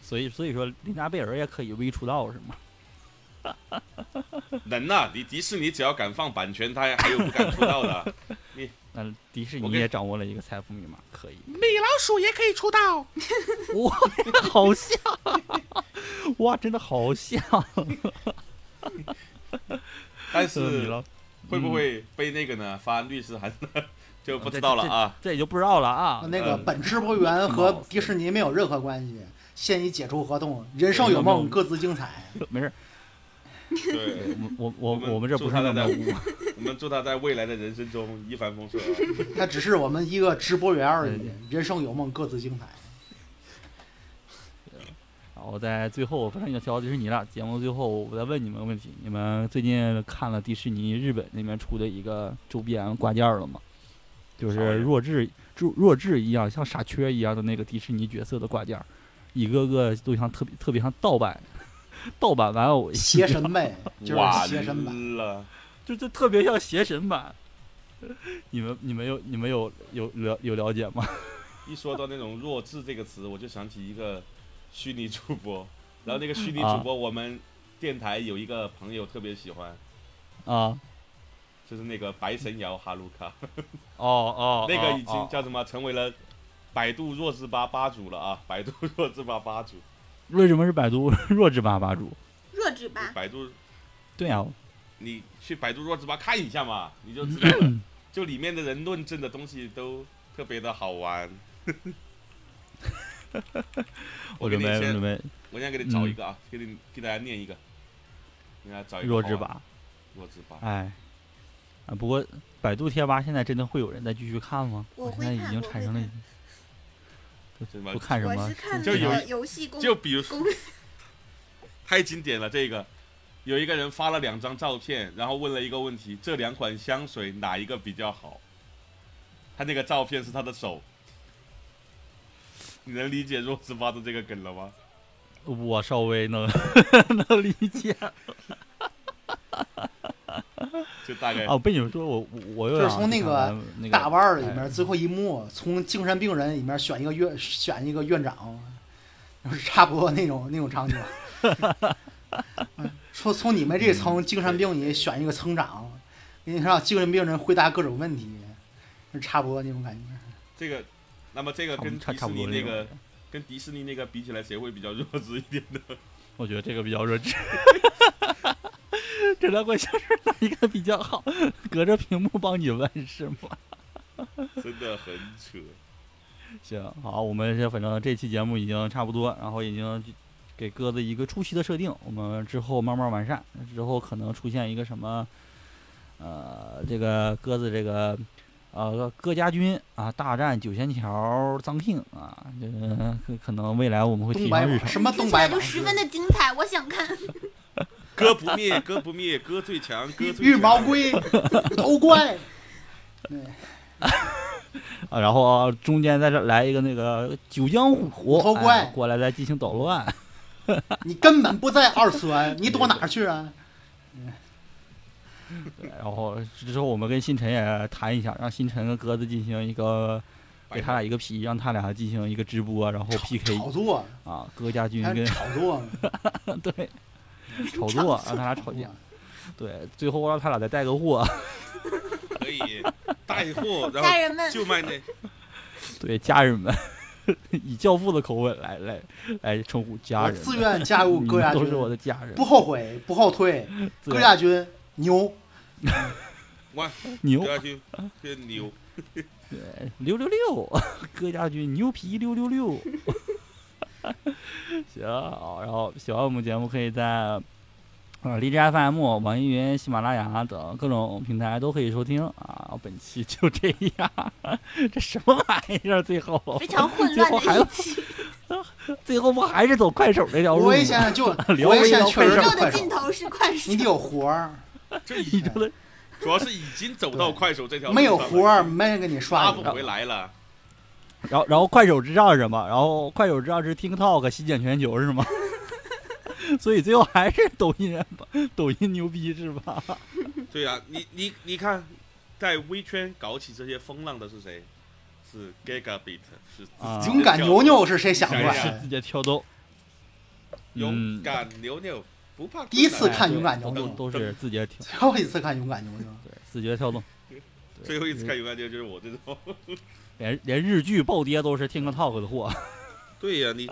Speaker 5: 所以所以说琳娜贝尔也可以微出道是吗？
Speaker 4: 能呐、你迪士尼只要敢放版权，他还有不敢出道 的。
Speaker 5: 那迪士
Speaker 4: 我
Speaker 5: 尼
Speaker 4: 跟
Speaker 5: 也掌握了一个财富密码，可以。
Speaker 4: 米老鼠也可以出道，
Speaker 5: 哇，好像， 哇，真的好像。
Speaker 4: 但
Speaker 5: 米
Speaker 4: 是
Speaker 5: 老嗯
Speaker 4: 会不会被那个呢发律师函呢？ 就不
Speaker 5: 这
Speaker 4: 知道了啊。
Speaker 5: 这也就不知道了啊。
Speaker 1: 那个
Speaker 4: 嗯
Speaker 1: 本直播员和迪士尼没有任何关系，现已解除合同，人生有梦，各自精 彩。
Speaker 5: 没事儿，
Speaker 4: 啊对，
Speaker 5: 我我
Speaker 4: 我们
Speaker 5: 我们这不
Speaker 4: 祝
Speaker 5: 是
Speaker 4: 他
Speaker 5: 那
Speaker 4: 在
Speaker 5: 么
Speaker 4: 舞我们祝他在未来的人生中一帆风顺啊。
Speaker 1: 他只是我们一个直播员而
Speaker 5: 对
Speaker 1: 已，人生有梦，各自 精彩。
Speaker 5: 然后在最后，反正已经聊到迪士尼了。节目最后，我再问你们个问题：你们最近看了迪士尼日本那边出的一个周边挂件了吗？就
Speaker 4: 啥玩意
Speaker 5: 是
Speaker 4: 儿
Speaker 5: 弱智、弱弱智一样，像傻缺一样的那个迪士尼角色的挂件儿，一个个都像特别特别像盗版 盗版玩偶一
Speaker 1: 邪
Speaker 5: 样，
Speaker 1: 神呗， 就是邪神版。
Speaker 4: 完了。
Speaker 5: 就就特别像邪神版。 你们你们有你们有有了有了解吗？
Speaker 4: 一说到那种“弱智”这个词，我就想起一个虚拟主播， 然后那个虚拟主播，我们电台有一个朋友特别喜欢，
Speaker 5: 啊，
Speaker 4: 就是那个白神瑶哈鲁卡，
Speaker 5: 哦哦，
Speaker 4: 那
Speaker 5: 哦
Speaker 4: 个已经
Speaker 5: 哦
Speaker 4: 叫什么，成为了百度弱智吧吧主了 啊，百度弱智吧吧主，
Speaker 5: 为什么是百度 弱智吧吧主？
Speaker 3: 弱智吧，
Speaker 4: 百度，
Speaker 5: 对啊，
Speaker 4: 你去百度弱智吧看一下嘛，你就知道 了，就里面的人论证的东西都特别的好玩。
Speaker 5: 我
Speaker 4: 给
Speaker 5: 准
Speaker 4: 你
Speaker 5: 备我
Speaker 4: 先
Speaker 5: 准备
Speaker 4: 我现在给你找一个啊，给你给大家念一个，给大家找一个
Speaker 5: 嗯弱
Speaker 4: 好
Speaker 5: 智
Speaker 4: 玩
Speaker 5: 吧。
Speaker 4: 弱智吧。
Speaker 5: 哎，啊，不过百度贴吧现在真的会有人再继续看吗？
Speaker 3: 我
Speaker 5: 现
Speaker 3: 会
Speaker 5: 在已
Speaker 3: 看
Speaker 5: 经
Speaker 3: 我
Speaker 5: 产
Speaker 3: 会
Speaker 5: 生了
Speaker 3: 看
Speaker 4: 什么
Speaker 5: 不看什
Speaker 3: 我
Speaker 5: 么
Speaker 3: 是，看
Speaker 4: 就
Speaker 3: 那
Speaker 4: 有
Speaker 3: 个游戏公
Speaker 4: 就比如说
Speaker 3: 公，
Speaker 4: 太经典了，这个有一个人发了两张照片，然后问了一个问题：这两款香水哪一个比较好？他那个照片是他的手，你能理解弱智吧的这个梗了吗？
Speaker 5: 我稍微能 能理 解。啊
Speaker 4: 就大概、
Speaker 5: 哦，被你们说我我我有
Speaker 1: 就是
Speaker 5: 点
Speaker 1: 从
Speaker 5: 去
Speaker 1: 那
Speaker 5: 看
Speaker 1: 个
Speaker 5: 完那个
Speaker 1: 大腕儿里
Speaker 5: 哎
Speaker 1: 面最后一幕，从精神病人里面选一个院选一个院长，就是差不多那种那种场 景。嗯说从你们这层精神病里选一个村长，给你让精神病人回答各种问题，是差不多那种感觉。
Speaker 4: 这个，那么这个
Speaker 5: 差不
Speaker 4: 跟
Speaker 5: 差
Speaker 4: 迪
Speaker 5: 差
Speaker 4: 士
Speaker 5: 不
Speaker 4: 尼
Speaker 5: 多这
Speaker 4: 那
Speaker 5: 种
Speaker 4: 个跟迪士尼那个比起来，谁会比较弱智一点呢？
Speaker 5: 我觉得这个比较弱智。 这两款香水哪一个比较好？隔着屏幕帮你问是吗？
Speaker 4: 真的很扯。
Speaker 5: 行，好，我们这反正这期节目已经差不多，然后已经给鸽子一个初期的设定，我们之后慢慢完善，之后可能出现一个什么，呃，这个鸽子这个呃各家军啊大战九仙桥脏庆啊，这个可可能未来我们会
Speaker 1: 东
Speaker 5: 提
Speaker 1: 白
Speaker 5: 上日
Speaker 1: 马
Speaker 5: 程。
Speaker 1: 什么
Speaker 3: 听
Speaker 1: 东
Speaker 3: 起来
Speaker 1: 白
Speaker 3: 就
Speaker 1: 马
Speaker 3: 十分的精彩，我想看。
Speaker 4: 歌不灭，歌不灭，歌最强，歌 最
Speaker 1: 羽
Speaker 4: 强。
Speaker 1: 毛 龟头怪，
Speaker 5: 啊，然后、中间在这来一个那个九江虎
Speaker 1: 头
Speaker 5: 哎
Speaker 1: 怪
Speaker 5: 过来再进行捣乱，
Speaker 1: 你根本不在二次元，你躲哪儿去啊？
Speaker 5: 对然后之后我们跟星辰也谈一下，让星辰跟鸽子进行一个给他俩一个 P，让他俩进行一个直播，然后 PK
Speaker 1: 炒作，
Speaker 5: 啊，郭家军
Speaker 1: 还
Speaker 5: 跟
Speaker 1: 是炒作，
Speaker 5: 对炒作，让他俩吵架，对，最后让他俩再带个货，
Speaker 4: 可以带货，然
Speaker 3: 家
Speaker 4: 后
Speaker 3: 人们，
Speaker 4: 就卖那
Speaker 5: 对家人们 以教父的口吻来来来称呼家
Speaker 1: 我
Speaker 5: 人
Speaker 1: 自
Speaker 5: 们，
Speaker 1: 愿加入
Speaker 5: 你
Speaker 1: 戈亚
Speaker 5: 们都是我
Speaker 1: 军，
Speaker 5: 的家人
Speaker 1: 不，后悔，不后退，
Speaker 5: 自
Speaker 1: 戈
Speaker 5: 愿
Speaker 1: 亚军牛，
Speaker 5: 牛
Speaker 4: 不要去，这牛
Speaker 5: 六六六， 郭家军牛皮六六六。 行，好然后喜欢我们节目可以在呃荔枝 FM、网易云、喜马拉雅等各种平台都可以收听啊。本期就这样， 这什么玩意儿？啊最后
Speaker 3: 非常混
Speaker 5: 最
Speaker 3: 乱
Speaker 5: 后还
Speaker 3: 的一期，
Speaker 5: 最后不还是走快手这条路
Speaker 1: 我
Speaker 5: 吗？
Speaker 1: 也现在就，
Speaker 5: 聊
Speaker 1: 我也现在确
Speaker 5: 微
Speaker 1: 实
Speaker 5: 聊
Speaker 1: 是
Speaker 3: 肉
Speaker 5: 快手
Speaker 3: 的
Speaker 1: 快
Speaker 3: 尽
Speaker 1: 手，
Speaker 3: 头是快手
Speaker 1: 你，得有活儿，
Speaker 4: 这已
Speaker 5: 你这个
Speaker 4: 主要是已经走到快手这条路
Speaker 1: 没有
Speaker 4: 上了
Speaker 1: 活儿，没人给你
Speaker 4: 拉
Speaker 1: 刷
Speaker 4: 不
Speaker 1: 你。
Speaker 4: 回来了。
Speaker 5: 然后然后快手之上是什么？然后快手之上是 TikTok 席卷全球是吗？ 所以最后还是抖音人吧，抖音牛逼是吧？
Speaker 4: 对啊，你你你看，在微圈搞起这些风浪的是谁？是 Gigabit，是
Speaker 5: 啊
Speaker 1: 勇敢牛牛是谁想出
Speaker 4: 想
Speaker 1: 来
Speaker 4: 一
Speaker 5: 是
Speaker 1: 的嗯
Speaker 5: 字？节跳动，嗯
Speaker 4: 勇 敢牛牛，不怕困难。啊
Speaker 1: 第一次
Speaker 5: 哎
Speaker 1: 看
Speaker 5: 对
Speaker 1: 勇敢牛
Speaker 5: 都
Speaker 1: 牛，
Speaker 5: 都是字节跳，
Speaker 1: 最后一次看勇敢牛牛，
Speaker 5: 对，字节跳动。对
Speaker 4: 最后一次看勇敢牛就是我这种。
Speaker 5: 连连日剧暴跌都是 TikTok 的货，
Speaker 4: 对呀、你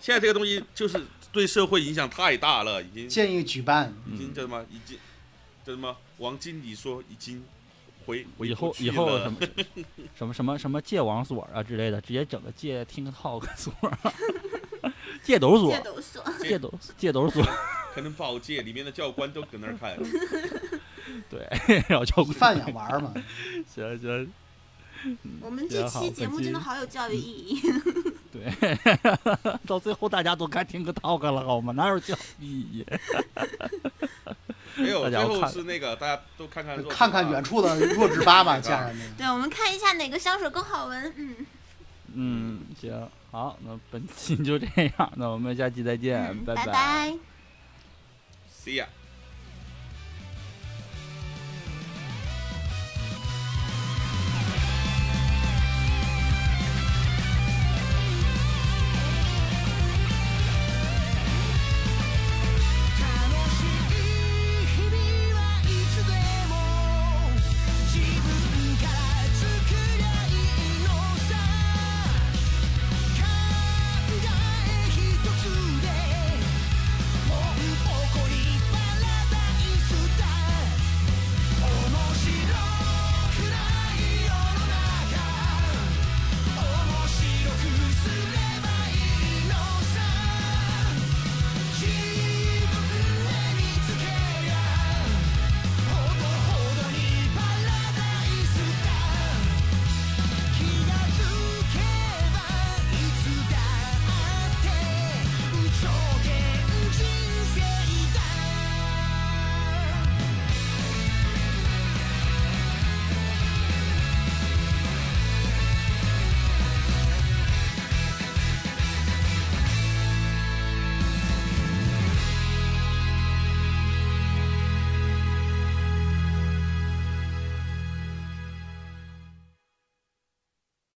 Speaker 4: 现在这个东西就是对社会影响太大了，已经
Speaker 1: 建议举办
Speaker 5: 嗯
Speaker 4: 已经叫什么？已经叫什么？王经理说已经回回
Speaker 5: 以后
Speaker 4: 不去
Speaker 5: 以后
Speaker 4: 了
Speaker 5: 什么什么什么什么戒网锁啊之类的，直接整个戒 TikTok 锁， 戒抖锁
Speaker 3: 戒，抖锁，
Speaker 5: 戒抖戒 抖锁，
Speaker 4: 可能保界里面的教官都搁那儿 看。
Speaker 5: 对，然后就
Speaker 1: 以饭养玩儿嘛。
Speaker 5: 行行，
Speaker 3: 我们这
Speaker 5: 行好
Speaker 3: 期节目
Speaker 5: 本期
Speaker 3: 真的好有教育意义，
Speaker 5: 到最后大家都该 TikTok 了好吗？哪有教育意义？
Speaker 4: 没有，最
Speaker 5: 大家
Speaker 4: 后
Speaker 5: 看
Speaker 4: 是那个大家都看啊看弱智
Speaker 1: 看看
Speaker 4: 吧
Speaker 1: 远处的弱智吧吧，家人们。
Speaker 3: 对，我们看一下哪个香水更好闻，嗯，
Speaker 5: 嗯，行，好，那本期就这样，那我们下期再见，
Speaker 3: 嗯
Speaker 5: 拜
Speaker 3: 拜。
Speaker 4: ，See ya。